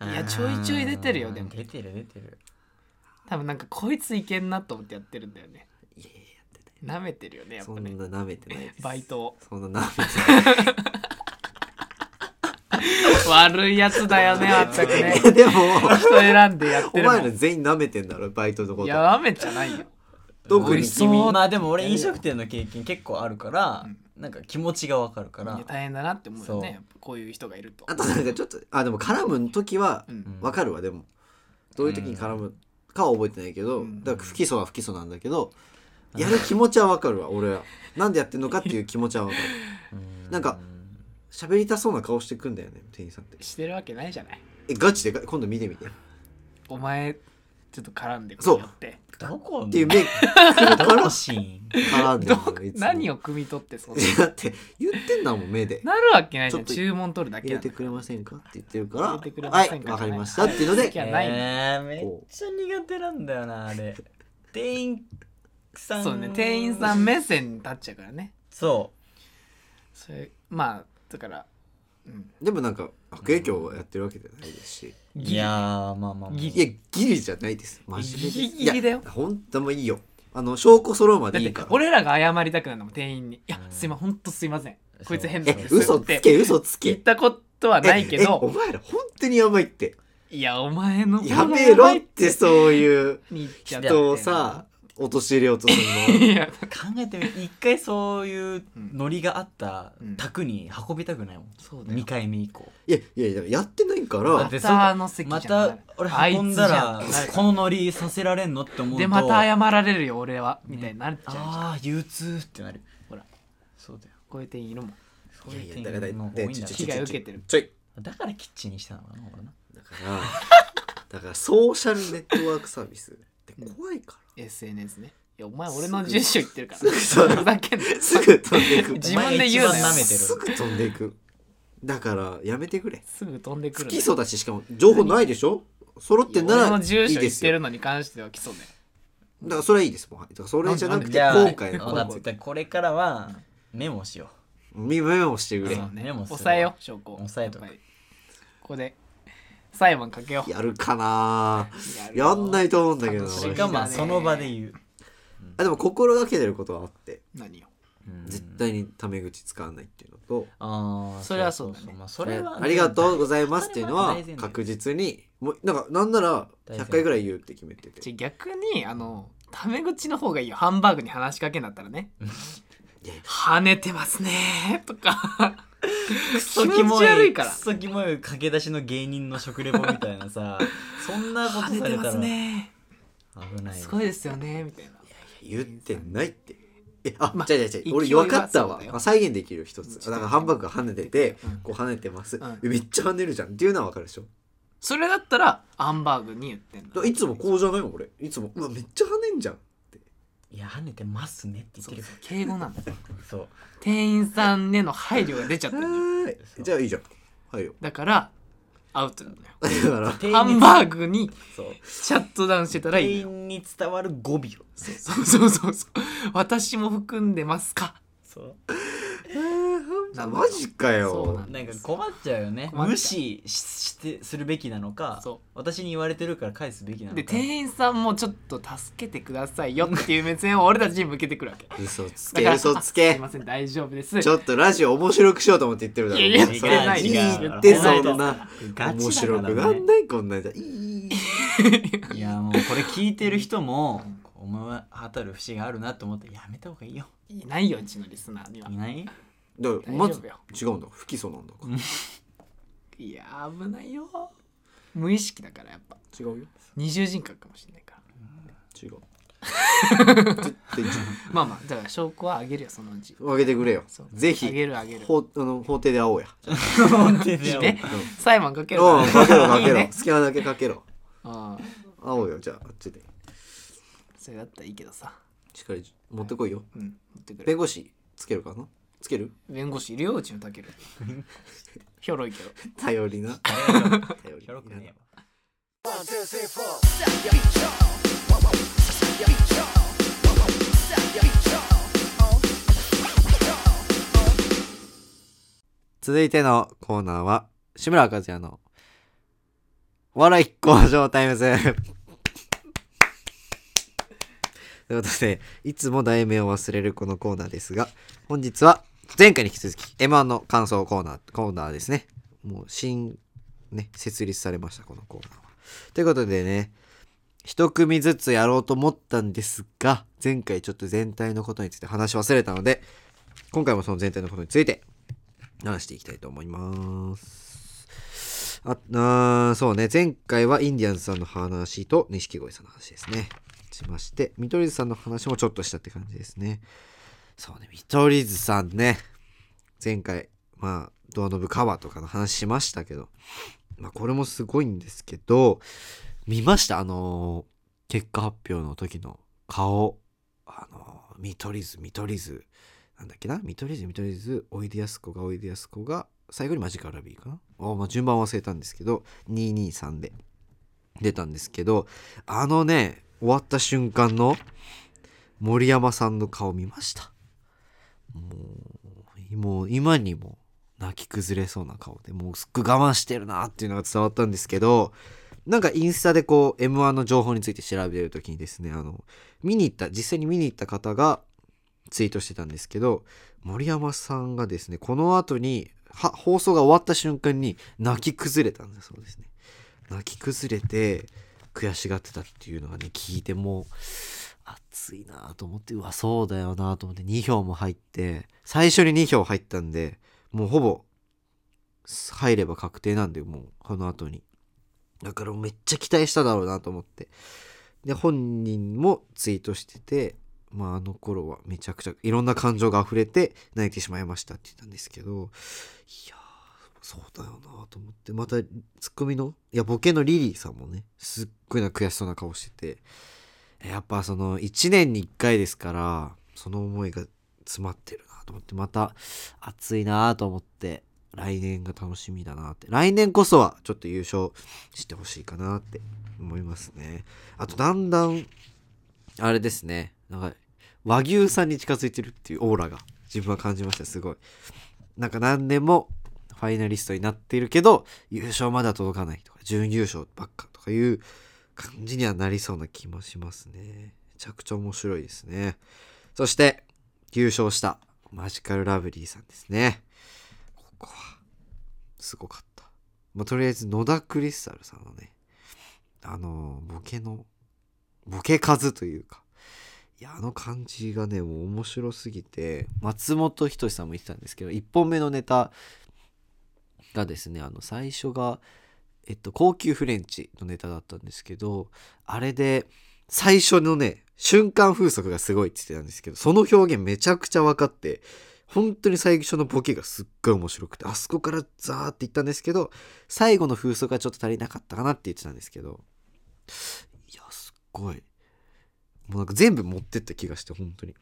Speaker 1: う
Speaker 3: いやちょいちょい出てるよでも
Speaker 1: 出てる出てる
Speaker 3: 多分なんかこいついけんなと思ってやってるんだよね
Speaker 2: らいやいややってたよ
Speaker 3: 舐めてるよねやっぱ
Speaker 2: そん
Speaker 3: ね
Speaker 2: な舐めてないです
Speaker 3: バイトを
Speaker 2: そんな舐めてない
Speaker 3: 悪いやつだよねまったく ね
Speaker 2: いやでも
Speaker 3: 人選んでやっ
Speaker 2: お
Speaker 3: てるもん
Speaker 2: 前ら全員舐めてんだろバイトのこ
Speaker 3: い
Speaker 2: と
Speaker 3: や舐めじゃないよ
Speaker 2: 特
Speaker 3: 美
Speaker 2: に
Speaker 3: 味しそう
Speaker 2: 君
Speaker 1: まあでも俺飲食店の経験結構あるから、なんか気持ちがわかるか
Speaker 3: い
Speaker 1: ら
Speaker 3: や大変だなって思うよ
Speaker 1: そう
Speaker 3: ねやっぱこういう人がいると
Speaker 2: あとなんかちょっとあでも絡む時は
Speaker 3: うん
Speaker 2: わかるわでもどういう時に絡むかは覚えてないけど、
Speaker 3: うん
Speaker 2: だから不起訴は不起訴なんだけど、やる気持ちはわかるわ 俺はなんでやってんのかっていう気持ちはわかるなんか喋りたそうな顔してくんだよね店員さんって
Speaker 3: してるわけないじゃない
Speaker 2: えガチでか今度見てみてっ
Speaker 3: お前ちょっと絡んでく
Speaker 2: そう
Speaker 3: れよって
Speaker 1: どこって
Speaker 2: いう目
Speaker 1: どのシーン
Speaker 2: 絡んで
Speaker 3: ど
Speaker 2: るの
Speaker 3: こ
Speaker 2: よいつも
Speaker 3: 何を汲み取ってそんな
Speaker 2: だって言ってんだもん目で
Speaker 3: なるわけないじゃん
Speaker 2: ちょっと
Speaker 3: 注文取るだけ
Speaker 2: 入れ
Speaker 3: なん
Speaker 2: て
Speaker 3: だ
Speaker 2: くれませんかって言ってるから
Speaker 3: 入れてくれませんか
Speaker 2: はいわかりました
Speaker 3: はい
Speaker 2: っていうので
Speaker 3: いやない
Speaker 1: えーめっちゃ苦手なんだよなあ れ店員さん
Speaker 3: そうね店員さん目線に立っちゃうからね
Speaker 1: そ
Speaker 3: それまあだから、うん、
Speaker 2: でもなんか悪影響をやってるわけじゃないですし
Speaker 1: ういやーまあまあまあ
Speaker 3: ギ
Speaker 2: いやギリじゃないですマジでです
Speaker 3: ギリギリだよ
Speaker 2: いや本当もういいよあの証拠揃うま
Speaker 3: だ
Speaker 2: で
Speaker 3: っ
Speaker 2: い
Speaker 3: て
Speaker 2: いから
Speaker 3: 俺らが謝りたくなるのも店員に「いや
Speaker 1: うん
Speaker 3: すいませんほんとすいませんこいつ変な
Speaker 2: え
Speaker 3: んです」
Speaker 2: 嘘
Speaker 3: っ
Speaker 2: つ
Speaker 3: て
Speaker 2: け嘘つ
Speaker 3: 言っ
Speaker 2: け
Speaker 3: たことはないけ
Speaker 2: ええお
Speaker 3: ど
Speaker 2: 前ら本当にやばいって
Speaker 3: いやお前の
Speaker 2: やべえろっ
Speaker 3: に
Speaker 2: てそういう
Speaker 3: 言っちゃって
Speaker 2: 人をさ陥れようとする
Speaker 3: いや
Speaker 1: 考えてみ一回そういうノリがあった
Speaker 3: うん
Speaker 1: 宅に運びたくないもん、
Speaker 3: そうだよ
Speaker 1: 二2回目以降
Speaker 2: のいやいやいややってないか
Speaker 1: だ
Speaker 2: ら
Speaker 1: ってそ
Speaker 3: またあの席じゃ
Speaker 1: ま
Speaker 3: んな
Speaker 1: た
Speaker 3: るあ
Speaker 1: 俺
Speaker 3: いつ
Speaker 1: 運んだ
Speaker 3: じ
Speaker 1: ら
Speaker 3: ゃんなる
Speaker 1: このノリさせられんのって思うと
Speaker 3: でまた謝られるよ俺はみたいになっちゃうじゃん
Speaker 1: ああ憂鬱ってなる
Speaker 3: ほら
Speaker 1: そうだよ
Speaker 3: こういう店員いるもん
Speaker 1: そう
Speaker 2: いや
Speaker 1: いう
Speaker 2: い
Speaker 1: 点
Speaker 2: やだから
Speaker 1: の方が多いんだ
Speaker 2: だ
Speaker 1: ろ
Speaker 2: ち
Speaker 1: う
Speaker 3: 被
Speaker 2: ょ
Speaker 3: 害受けてる
Speaker 2: ちょい
Speaker 1: だからキッチンにしたのかな俺な
Speaker 2: だからだからソーシャルネットワークサービスって怖いか
Speaker 3: SNS ねいやお前俺の住所言ってるから
Speaker 2: すぐそう
Speaker 3: ふざけんな
Speaker 2: らすぐ飛んでいく
Speaker 3: 自分で言う
Speaker 1: お
Speaker 3: な
Speaker 1: 前が
Speaker 3: よ
Speaker 1: 一番舐めてる
Speaker 2: すぐ飛んでいくだからやめてくれ
Speaker 3: すぐ飛んでく
Speaker 2: 不
Speaker 3: る
Speaker 2: 起訴だししかも情報ないでしょ揃ってんなら
Speaker 3: 俺
Speaker 2: い
Speaker 3: の住
Speaker 2: い
Speaker 3: 所
Speaker 2: で
Speaker 3: 言っ
Speaker 2: す
Speaker 3: てる
Speaker 2: よ
Speaker 3: のに関しては基礎ね
Speaker 2: だからそれはいいですもんはいだからそれじゃなくて
Speaker 1: じゃあ
Speaker 2: 今回
Speaker 1: わかっ
Speaker 2: の
Speaker 1: たじゃあこれからはメモしよ
Speaker 2: 見目をしてくれ
Speaker 1: うんメモするわ
Speaker 3: 抑えよう証拠
Speaker 1: 抑えとく
Speaker 3: やっぱりここで裁判かけよう
Speaker 2: やるかな
Speaker 3: るよ
Speaker 2: やんないと思うんだけどな
Speaker 3: 楽
Speaker 1: う
Speaker 3: し
Speaker 1: そ
Speaker 3: み
Speaker 1: れ
Speaker 2: 俺
Speaker 1: かまあその場で言う、
Speaker 2: あでも心がけてることはあって
Speaker 3: 何よ
Speaker 1: うん
Speaker 2: 絶対にタメ口使わないっていうのと
Speaker 1: ああ
Speaker 3: それはそうだね
Speaker 1: まあそれは
Speaker 2: ありがとうございますっていうのは
Speaker 1: それは大前提
Speaker 2: 確実にもうなんかなんなら100回ぐらい言うって決めてて
Speaker 3: じゃあ逆にあのタメ口の方がいいよハンバーグに話しかけんだったらね
Speaker 2: いや
Speaker 3: 跳ねてますねーとか
Speaker 1: ク
Speaker 3: ソ気持ち悪いから
Speaker 1: クソキモい駆け出しの芸人の食レポみたいな さそんなこと
Speaker 3: 跳ね
Speaker 1: さ
Speaker 3: て
Speaker 1: れた
Speaker 3: ま
Speaker 1: ら
Speaker 3: す
Speaker 1: 危
Speaker 3: ね
Speaker 1: な
Speaker 3: ー
Speaker 1: い
Speaker 3: すごいですよねーみたいな
Speaker 2: 言ってないってえあ、
Speaker 3: まあ
Speaker 2: 違う違う違う俺
Speaker 3: 勢いは
Speaker 2: 分かった
Speaker 3: そう
Speaker 2: わ
Speaker 3: だよ
Speaker 2: あ再現できるよ一つ
Speaker 3: うん
Speaker 2: だからハンバーグが跳ねてて、
Speaker 3: うん
Speaker 2: こう跳ねてます、
Speaker 3: うん
Speaker 2: えめっちゃ跳ねるじゃんっていうのは分かるでしょ
Speaker 3: それだったらハンバーグに言ってん
Speaker 2: だ
Speaker 3: だ
Speaker 2: からいつもこうじゃないの俺いつもうわめっちゃ跳ねんじゃん
Speaker 1: いや跳ねてますねって言っ
Speaker 3: そ
Speaker 1: て
Speaker 3: う
Speaker 1: る
Speaker 3: そう敬語なんだ
Speaker 1: そう
Speaker 3: 店員さんへの配慮が出ちゃってるんだよ
Speaker 2: はーいじゃあいいじゃんは いよ
Speaker 3: だからアウトなんだよ
Speaker 2: だから
Speaker 1: 店員に
Speaker 3: ハンバーグに
Speaker 1: そう
Speaker 3: シャットダウンしてたらい
Speaker 1: 店
Speaker 3: いのよ
Speaker 1: 員に伝わる語尾を
Speaker 3: そうそうそうそう私も含んでますか
Speaker 1: そう
Speaker 3: なんだ
Speaker 2: マジか
Speaker 3: そう
Speaker 2: よ
Speaker 3: な
Speaker 1: なんか困っちゃうよね
Speaker 3: 困っちゃう
Speaker 1: 無視ししてするべきなのか
Speaker 3: そ
Speaker 1: 私に言われてるから返すべきなのか
Speaker 3: で店員さんもちょっと助けてくださいよっていう目線を俺たちに向けてくるわけ
Speaker 2: 嘘つ
Speaker 3: だ
Speaker 2: け
Speaker 3: から
Speaker 2: 嘘つ
Speaker 3: あすい
Speaker 2: け
Speaker 3: ません大丈夫です
Speaker 2: ちょっとラジオ面白くしようと思って言ってるだろ
Speaker 3: いやいや
Speaker 2: お前
Speaker 3: してない
Speaker 2: それ
Speaker 3: 違う
Speaker 2: 言ってそ
Speaker 1: 違
Speaker 2: ん
Speaker 1: う
Speaker 2: な
Speaker 1: ガ
Speaker 2: 面
Speaker 1: チだから
Speaker 2: 白
Speaker 1: ね
Speaker 2: くなんないこんなんじゃいい
Speaker 1: いやもうこれ聞いてる人もお前はたる節があるなと思ってやめた方がいいよ
Speaker 3: いないようちのリスナーにはい
Speaker 1: ない
Speaker 2: だから
Speaker 3: 大
Speaker 2: ま
Speaker 3: 丈
Speaker 2: ず
Speaker 3: 夫よ
Speaker 2: 違うんだ不起訴なんだから
Speaker 3: いやー危ないよ無意識だからやっぱ
Speaker 2: 違うよ
Speaker 3: 二重人格かもしれないから
Speaker 2: 違う絶対違う
Speaker 3: まあまあだから証拠はあげるよそのうち
Speaker 2: あげてくれよ
Speaker 3: そう。
Speaker 2: ぜひ
Speaker 3: あげるあげる
Speaker 2: 法あの法廷で会おうや。
Speaker 1: 本当に
Speaker 3: い いね裁判かける
Speaker 2: うん、か けろか
Speaker 3: い
Speaker 2: け
Speaker 3: い
Speaker 2: ろ。
Speaker 3: ね
Speaker 2: 隙間だけかけろ。
Speaker 3: うん
Speaker 2: 会おうよ、じゃあ、あっちで。
Speaker 3: それだったらいいけどさ
Speaker 2: しっかり持ってこいよ。
Speaker 3: うん持ってくる
Speaker 2: 弁護士つけるかなつける
Speaker 3: 弁護士いるようちのた けるひょろいけど
Speaker 2: 頼りな頼
Speaker 1: ひょろくねえわ
Speaker 2: 続いてのコーナーは志村和也のお笑いっ子上タイムズ ということでいつも題名を忘れるこのコーナーですが本日は前回に引き続き M1 の感想コーナーコーナーですねもう新ね設立されましたこのコーナーはということでね一組ずつやろうと思ったんですが前回ちょっと全体のことについて話し忘れたので今回もその全体のことについて話していきたいと思います。あ、あーそうね。前回はインディアンスさんの話と錦鯉さんの話ですね。しまして、見取り図さんの話もちょっとしたって感じですね。そうね、見取り図さんね。前回、まあ、ドアノブカバーとかの話しましたけど、まあ、これもすごいんですけど、見ましたあのー結果発表の時の顔。あのー見取り図、見取り図。なんだっけな見取り図見取り図おいでやすこがおいでやすこが最後にマジカルラビーかなあ、まあ、順番忘れたんですけど223で出たんですけどあのね終わった瞬間の森山さんの顔見ましたもうもう今にも泣き崩れそうな顔でもうすっごい我慢してるなっていうのが伝わったんですけどなんかインスタでこう m 1の情報について調べてる時にですねあの見に行った実際に見に行った方がツイートしてたんですけど森山さんがですねこの後には放送が終わった瞬間に泣き崩れたんだそうですね泣き崩れて悔しがってたっていうのがね聞いてもう熱いなと思ってうわそうだよなと思って2票も入って最初に2票入ったんでもうほぼ入れば確定なんでもうこの後にだからめっちゃ期待しただろうなと思ってで本人もツイートしててまあ、あの頃はめちゃくちゃいろんな感情が溢れて泣いてしまいましたって言ったんですけどいやーそうだよなと思ってまたツッコミのいやボケのリリーさんもねすっごいな悔しそうな顔しててやっぱその1年に1回ですからその思いが詰まってるなと思ってまた熱いなと思って来年が楽しみだなって来年こそはちょっと優勝してほしいかなって思いますねあとだんだんあれですね。なんか、和牛さんに近づいてるっていうオーラが自分は感じました。すごい。なんか何年もファイナリストになっているけど、優勝までは届かないとか、準優勝ばっかとかいう感じにはなりそうな気もしますね。めちゃくちゃ面白いですね。そして、優勝したマジカルラブリーさんですね。ここは、すごかった。まあ、とりあえず野田クリスタルさんのね、あの、ボケのボケ数というか。いや、あの感じがね、もう面白すぎて、松本人志さんも言ってたんですけど、1本目のネタがですね、あの、最初が、えっと、高級フレンチのネタだったんですけど、あれで、最初のね、瞬間風速がすごいって言ってたんですけど、その表現めちゃくちゃ分かって、本当に最初のボケがすっごい面白くて、あそこからザーって言ったんですけど、最後の風速がちょっと足りなかったかなって言ってたんですけど、いや、すっごい。もうなんか全部持ってった気がして、本当に。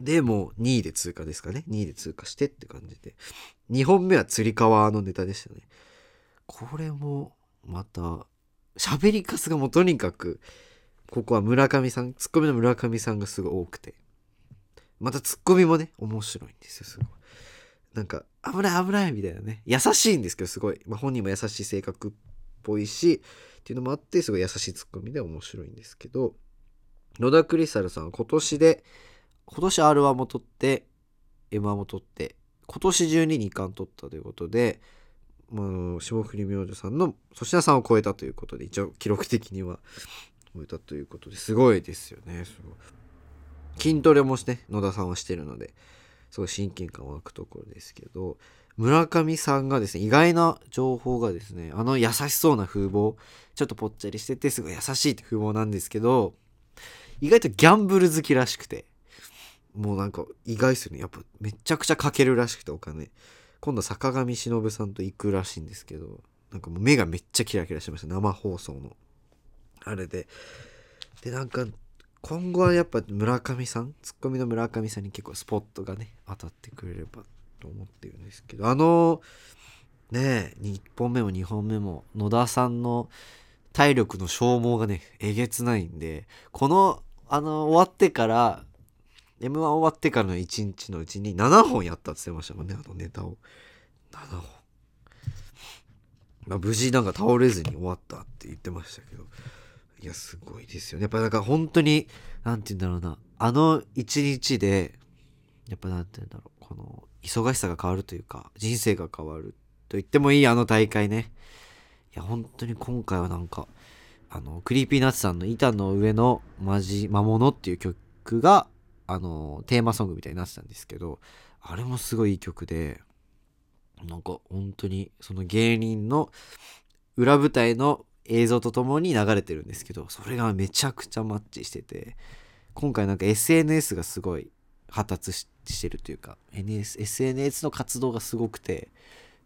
Speaker 2: で、もう2位で通過ですかね。2位で通過してって感じで。2本目はつり革のネタでしたね。これも、また、喋りかすがもうとにかく、ここは村上さん、ツッコミの村上さんがすごい多くて。またツッコミもね、面白いんですよ、すごい。なんか、危ない危ないみたいなね。優しいんですけど、すごい。まあ、本人も優しい性格っぽいし、っていうのもあってすごい優しいツッコミで面白いんですけど野田クリスタルさんは今年で今年 r 1も取って m 1も取って今年中に2冠取ったということで、まあ、霜降り明星さんの粗品さんを超えたということで一応記録的には超えたということですごいですよねすごい筋トレもね野田さんはしてるのですごい親近感湧くところですけど村上さんがですね意外な情報がですねあの優しそうな風貌ちょっとぽっちゃりしててすごい優しいって風貌なんですけど意外とギャンブル好きらしくてもうなんか意外っすよねやっぱめちゃくちゃかけるらしくてお金今度坂上忍さんと行くらしいんですけどなんかもう目がめっちゃキラキラしてました生放送のあれででなんか今後はやっぱ村上さんツッコミの村上さんに結構スポットがね当たってくれればと思ってるんですけどあのねえ1本目も2本目も野田さんの体力の消耗がねえげつないんでこのあの終わってから m 1終わってからの1日のうちに7本やったって言ってましたもんねあのネタを7本、まあ、無事なんか倒れずに終わったって言ってましたけどいやすごいですよねやっぱなんか本当になんて言うんだろうなあの1日でやっぱなんて言うんだろうこの忙しさが変わるというか人生が変わると言ってもいいあの大会ねいや本当に今回はなんかあのクリーピーナッツさんの「板の上のマジ魔物」っていう曲があのテーマソングみたいになってたんですけどあれもすごいいい曲でなんか本当にその芸人の裏舞台の映像とともに流れてるんですけどそれがめちゃくちゃマッチしてて今回なんか SNS がすごい発達ししてるというか NS SNS の活動がすごくて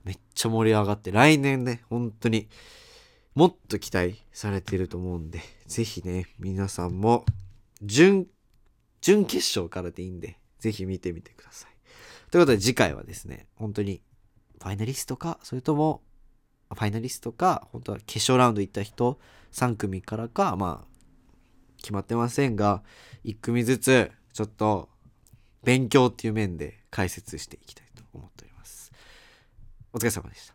Speaker 2: めっちゃ盛り上がって来年ね本当にもっと期待されてると思うんでぜひね皆さんも準準決勝からでいいんでぜひ見てみてくださいということで次回はですね本当にファイナリストかそれともファイナリストか、本当は決勝ラウンド行った人、3組からか、まあ、決まってませんが、1組ずつ、ちょっと、勉強っていう面で解説していきたいと思っております。お疲れ様でした。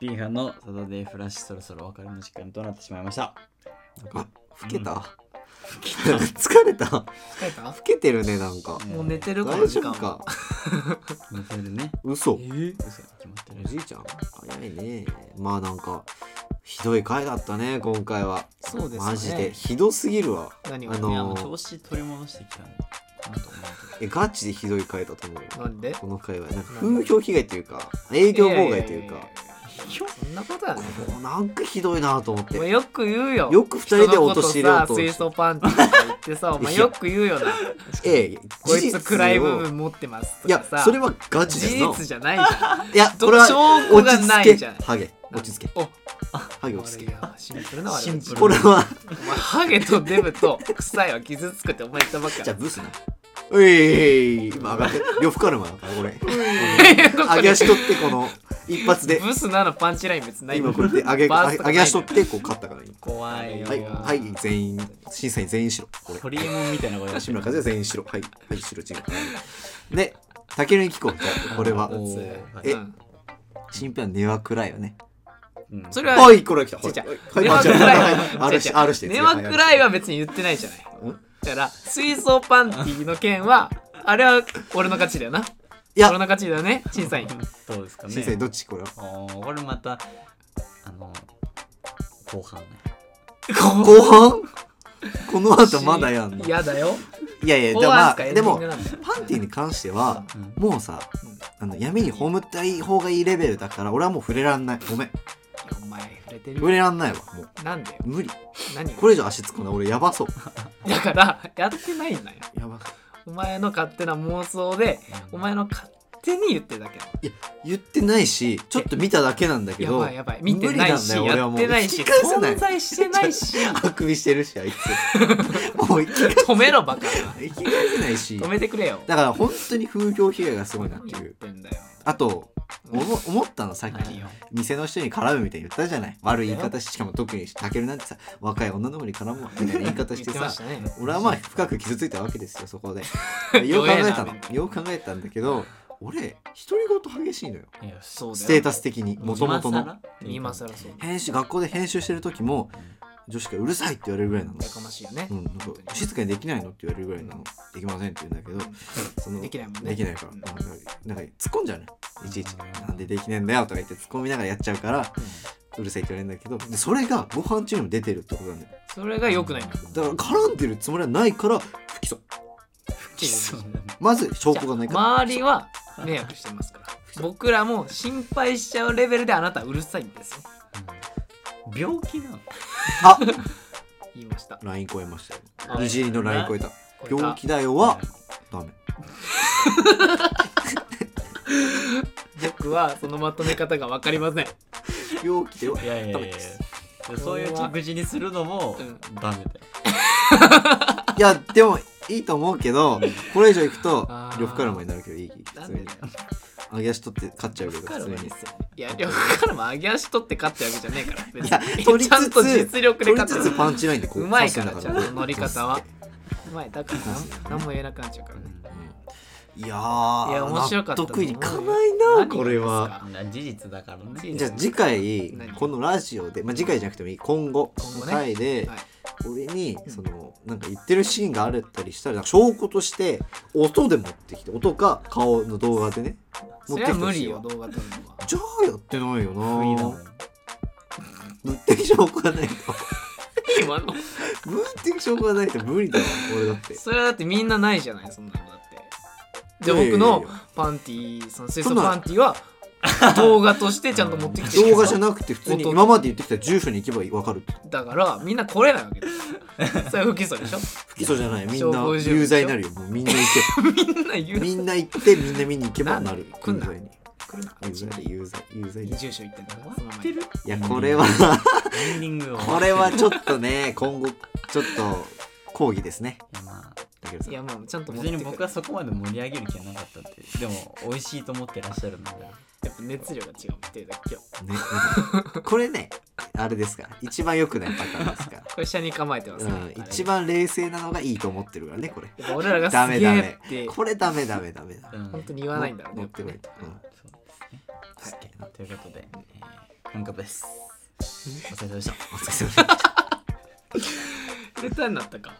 Speaker 4: ピーハンのサタデーフラッシュそろそろお別れの時間となってしまいました。
Speaker 2: あ、老けた、疲れた老
Speaker 3: 疲れた
Speaker 2: けてるね、なんか。
Speaker 3: もう寝てるこの
Speaker 2: 大
Speaker 3: 時
Speaker 2: 丈
Speaker 3: 間
Speaker 2: 夫か。
Speaker 4: 寝てるね。
Speaker 2: 嘘。
Speaker 4: 嘘決まって
Speaker 2: お
Speaker 4: る。
Speaker 2: じいちゃん早いね。まあなんか、ひどい回だったね、今回は。
Speaker 3: そうですね
Speaker 2: マジで。ひどすぎるわ。
Speaker 3: 何
Speaker 2: あ
Speaker 3: が
Speaker 2: の
Speaker 4: いやもう調子取り戻してきたんだなと思うけど。
Speaker 2: え、ガチでひどい回だと思うよ。
Speaker 3: なんで
Speaker 2: この界隈なんか風評被害というか営業妨害というか
Speaker 3: そんなことはね
Speaker 2: もうなんかひどいなと思っ
Speaker 3: お前
Speaker 2: て
Speaker 3: よく言うよ
Speaker 2: よく二人で落とし入れよ
Speaker 3: 人のこ
Speaker 2: うと
Speaker 3: とさ水素パンチとか言ってさお前よく言うよな
Speaker 2: ええ
Speaker 3: こ
Speaker 2: 事
Speaker 3: い
Speaker 2: 実
Speaker 3: つ
Speaker 2: を
Speaker 3: 暗い部分持ってますと
Speaker 2: い
Speaker 3: か
Speaker 2: や
Speaker 3: さ
Speaker 2: それはガチ
Speaker 3: 事
Speaker 2: ですの
Speaker 3: 実じゃないじゃん
Speaker 2: いや
Speaker 3: ど
Speaker 2: これは
Speaker 3: 証拠
Speaker 2: 落
Speaker 3: が
Speaker 2: ち
Speaker 3: な
Speaker 2: 着
Speaker 3: いじゃん
Speaker 2: けハゲ落ち着け
Speaker 3: お
Speaker 2: ハゲ落ち着け
Speaker 3: 悪いよシンプルな悪口
Speaker 4: シンプル
Speaker 2: これは
Speaker 3: お前ハゲとデブと臭いは傷つくってお前言ったばっか
Speaker 2: じゃあブスなうい今上がって両腹アルマだからこれ上げ足取ってこの一発で
Speaker 3: ブスなのパンチライン別ない
Speaker 2: 今これで上げ
Speaker 3: バースト
Speaker 2: 上げ足取ってこう勝ったから今
Speaker 3: 怖いよ
Speaker 2: はいはい全員審査員全員しろこれ
Speaker 4: ホリエモンみたいな声が
Speaker 2: 吉村和也全員白はいはい白チームで竹野由紀子これは
Speaker 4: おー
Speaker 2: え
Speaker 3: うん
Speaker 2: 新編は根は暗いよね
Speaker 4: うん
Speaker 3: それは
Speaker 2: おいこれ来たほ
Speaker 3: 違う
Speaker 2: はい
Speaker 3: 根は暗い
Speaker 2: あるしあるし
Speaker 3: 根は暗い
Speaker 2: わ
Speaker 3: は別に言ってないじゃない
Speaker 2: ん
Speaker 3: だから水槽パンティの件はあれは俺の勝ちだよない
Speaker 2: や
Speaker 3: 俺の勝ちだよね審査員
Speaker 4: どうですかね。
Speaker 2: 審査員どっちこれは
Speaker 4: おーこれまたあの後半ね。
Speaker 2: 後半この後まだやんのい
Speaker 3: 嫌だよ
Speaker 2: やいやでも
Speaker 3: 後半
Speaker 2: ま
Speaker 3: し
Speaker 2: あ
Speaker 3: かエン
Speaker 2: で
Speaker 3: ディン
Speaker 2: も
Speaker 3: グなんだよ
Speaker 2: パンティに関しては
Speaker 4: うん
Speaker 2: もうさあの闇に葬った方がいいレベルだから俺はもう触れらんないごめん
Speaker 3: いやお前触れてる
Speaker 2: 触
Speaker 3: よ
Speaker 2: れらんないわもう
Speaker 3: なんでよ
Speaker 2: 無理
Speaker 3: 何
Speaker 2: これ以上足つくの俺やばそう
Speaker 3: だからやってないんだよ
Speaker 2: やば
Speaker 3: お前の勝手な妄想でお前の勝手に言ってるだけだ
Speaker 2: 言ってないしちょっと見ただけなんだけ
Speaker 3: や
Speaker 2: ど
Speaker 3: ばいやばい見てないし
Speaker 2: 無理なんだよ俺
Speaker 3: や
Speaker 2: は
Speaker 3: っ
Speaker 2: もう
Speaker 3: てないし
Speaker 2: 引き返せない
Speaker 3: 存在してないし
Speaker 2: あくびしてるしあいつ もう生き返
Speaker 3: 止めろバ カ
Speaker 2: 生き返せないし
Speaker 3: 止めてくれよ
Speaker 2: だから本当に風評被害がすごいなって
Speaker 3: 何言っ
Speaker 2: いう
Speaker 3: てんだよ
Speaker 2: あとおも思ったのさっ
Speaker 3: 何
Speaker 2: き
Speaker 3: よ
Speaker 2: 店の人に絡むみたいに言ったじゃない悪い言い方ししかも特にたけるなんてさ若い女の子に絡むみたいな言い方
Speaker 3: 言
Speaker 2: し
Speaker 3: っててま
Speaker 2: さ
Speaker 3: したね
Speaker 2: 俺はまあ深く傷ついたわけですよそ こでよう考え
Speaker 3: 弱
Speaker 2: た
Speaker 3: えな
Speaker 2: のよう考えたんだけど俺独り言激しいのよ
Speaker 4: いや
Speaker 3: そうだよ
Speaker 2: ステータス的にもともと
Speaker 4: 今
Speaker 2: の
Speaker 4: 更
Speaker 3: 今更そう
Speaker 2: 編集学校で編集してる時も女子からうるさいって言われるぐらいなの
Speaker 3: やかましいよね、
Speaker 2: うん、なんか
Speaker 3: 本当に
Speaker 2: 静かにできないのって言われるぐらいなの、できませんって言う んだけど、その
Speaker 3: できないもんね
Speaker 2: できないから、
Speaker 3: うん
Speaker 2: なんかなんか突っ込んじゃうね、いちいち、なんでできねえんだよとか言って突っ込みながらやっちゃうから、うるさいって言われるんだけど、でそれがご飯中にも出てるってことなんだよ。
Speaker 3: それが良くないんだよ
Speaker 2: だから絡んでるつもりはないから、不起訴。
Speaker 4: そうだね
Speaker 2: まず証拠がないから。
Speaker 3: 周りは迷惑してますから僕らも心配しちゃうレベルであなたはうるさいんですよ
Speaker 4: 病気なの
Speaker 2: あ
Speaker 3: 言いました。
Speaker 2: ライン超えましたよ
Speaker 4: あ
Speaker 2: 虹色のライン超えた
Speaker 3: これが
Speaker 2: 病気だよはダメ
Speaker 3: 僕はそのまとめ方が分かりません。
Speaker 2: 病気ではい
Speaker 4: やいやい
Speaker 2: ダ
Speaker 4: やい
Speaker 2: メ
Speaker 4: や
Speaker 2: です
Speaker 4: そういう食事にするのも
Speaker 3: うん
Speaker 4: ダメだよ、
Speaker 2: いやでもいいと思うけどこれ以上いくと
Speaker 3: あー
Speaker 2: 呂布カルマになるけどいい普
Speaker 3: な
Speaker 2: 通
Speaker 3: んで
Speaker 2: に
Speaker 3: だよ。
Speaker 2: 揚げ足取って勝っちゃうけど
Speaker 3: カ
Speaker 2: 普
Speaker 3: ル
Speaker 2: 通
Speaker 3: マ
Speaker 2: に
Speaker 3: ですよ。いや、両方からも上げ足取って勝ってわけじゃねえから。別
Speaker 2: いや取
Speaker 3: に
Speaker 2: りつつ
Speaker 3: ちゃんと実力で
Speaker 2: 取り
Speaker 3: 勝
Speaker 2: つ
Speaker 3: って
Speaker 2: つ
Speaker 3: る。
Speaker 2: パンチラインでこう
Speaker 3: うまいから
Speaker 2: 刺す
Speaker 3: ち
Speaker 2: ん
Speaker 3: ゃ
Speaker 2: だ
Speaker 3: ん
Speaker 2: か
Speaker 3: と
Speaker 2: ら
Speaker 3: 乗り方は。うまい、だから何も言えなくなっちゃうからね。
Speaker 2: いやー
Speaker 3: いや面白かった
Speaker 2: 納得いかない
Speaker 3: 何が
Speaker 2: なこれは
Speaker 4: な事実だからね
Speaker 3: です
Speaker 2: じゃ
Speaker 3: か
Speaker 2: あ次回
Speaker 3: 何
Speaker 2: このラジオで、まあ、次回じゃなくてもいい今後
Speaker 3: 今後
Speaker 2: の
Speaker 3: ね
Speaker 2: 回で、
Speaker 3: はい
Speaker 2: 俺にそのなんか言ってるシーンがあるったりしたらなんか証拠として音で持ってきて音か顔の動画でね持
Speaker 3: そ
Speaker 2: っ
Speaker 3: れは
Speaker 2: てきてほ
Speaker 3: 無
Speaker 2: し
Speaker 3: 理
Speaker 2: い
Speaker 3: よ、
Speaker 2: わ
Speaker 3: 動画撮るのは。
Speaker 2: じゃあやってないよ
Speaker 4: 不意だもん
Speaker 2: な物的証拠がないと
Speaker 3: 今の。
Speaker 2: 物的証拠がないと無理だわ俺 だって
Speaker 3: それはだってみんなないじゃない、そんなのだって。じゃあ
Speaker 2: いやいや
Speaker 3: 僕
Speaker 2: いやいや
Speaker 3: のパンティー、その水
Speaker 2: そ
Speaker 3: 素
Speaker 2: んな
Speaker 3: パンティーは動画としてちゃんと持ってきてる
Speaker 2: 動画じゃなくて普通に
Speaker 3: 音
Speaker 2: 今まで言ってきた住所に行けば分かるって
Speaker 3: だからみんな来れないわけだよそれは不起訴でしょ
Speaker 2: 不起訴じゃないみん
Speaker 3: 証
Speaker 2: な
Speaker 3: 拠住所
Speaker 2: 有罪になるよもうみんな行
Speaker 3: みんな
Speaker 2: け
Speaker 3: 言う
Speaker 2: みんな行ってみんな見に行けばなる
Speaker 3: 来んな
Speaker 2: 有罪に
Speaker 3: 来るな
Speaker 2: 有罪に有罪有罪に
Speaker 3: 住所言ってんだからその前
Speaker 4: 知ってる
Speaker 2: いやこれは
Speaker 4: エンディングを
Speaker 2: これはちょっとね今後ちょっと抗議ですね
Speaker 4: いやまあ
Speaker 2: だけどさ
Speaker 3: にいやまあちゃんと持っ
Speaker 4: 別
Speaker 3: てく
Speaker 4: に
Speaker 3: る
Speaker 4: 僕はそこまで盛り上げる気はなかったってでも美味しいと思ってらっしゃるので
Speaker 3: やっぱ熱量が違うっていうだけ今日
Speaker 2: ね うんこれねあれですから一番良くないパターンです から、
Speaker 3: これ下に構えてますね、
Speaker 2: うん、
Speaker 3: あれ
Speaker 2: 一番冷静なのがいいと思ってるからねこれ
Speaker 3: やっぱ俺らが
Speaker 2: ダ
Speaker 3: す
Speaker 2: メ
Speaker 3: げ
Speaker 2: ダ
Speaker 3: え
Speaker 2: メ
Speaker 3: って
Speaker 2: これダメダメダメダメ
Speaker 4: うん
Speaker 3: 本当に言わないんだろうね
Speaker 2: 持
Speaker 3: や
Speaker 2: っ
Speaker 3: ってぱ
Speaker 2: こ
Speaker 3: ね
Speaker 2: いと、うん
Speaker 4: そうですねはいということで、えー、本格ですお疲れ様でした
Speaker 2: お疲れ様です
Speaker 3: レターになったか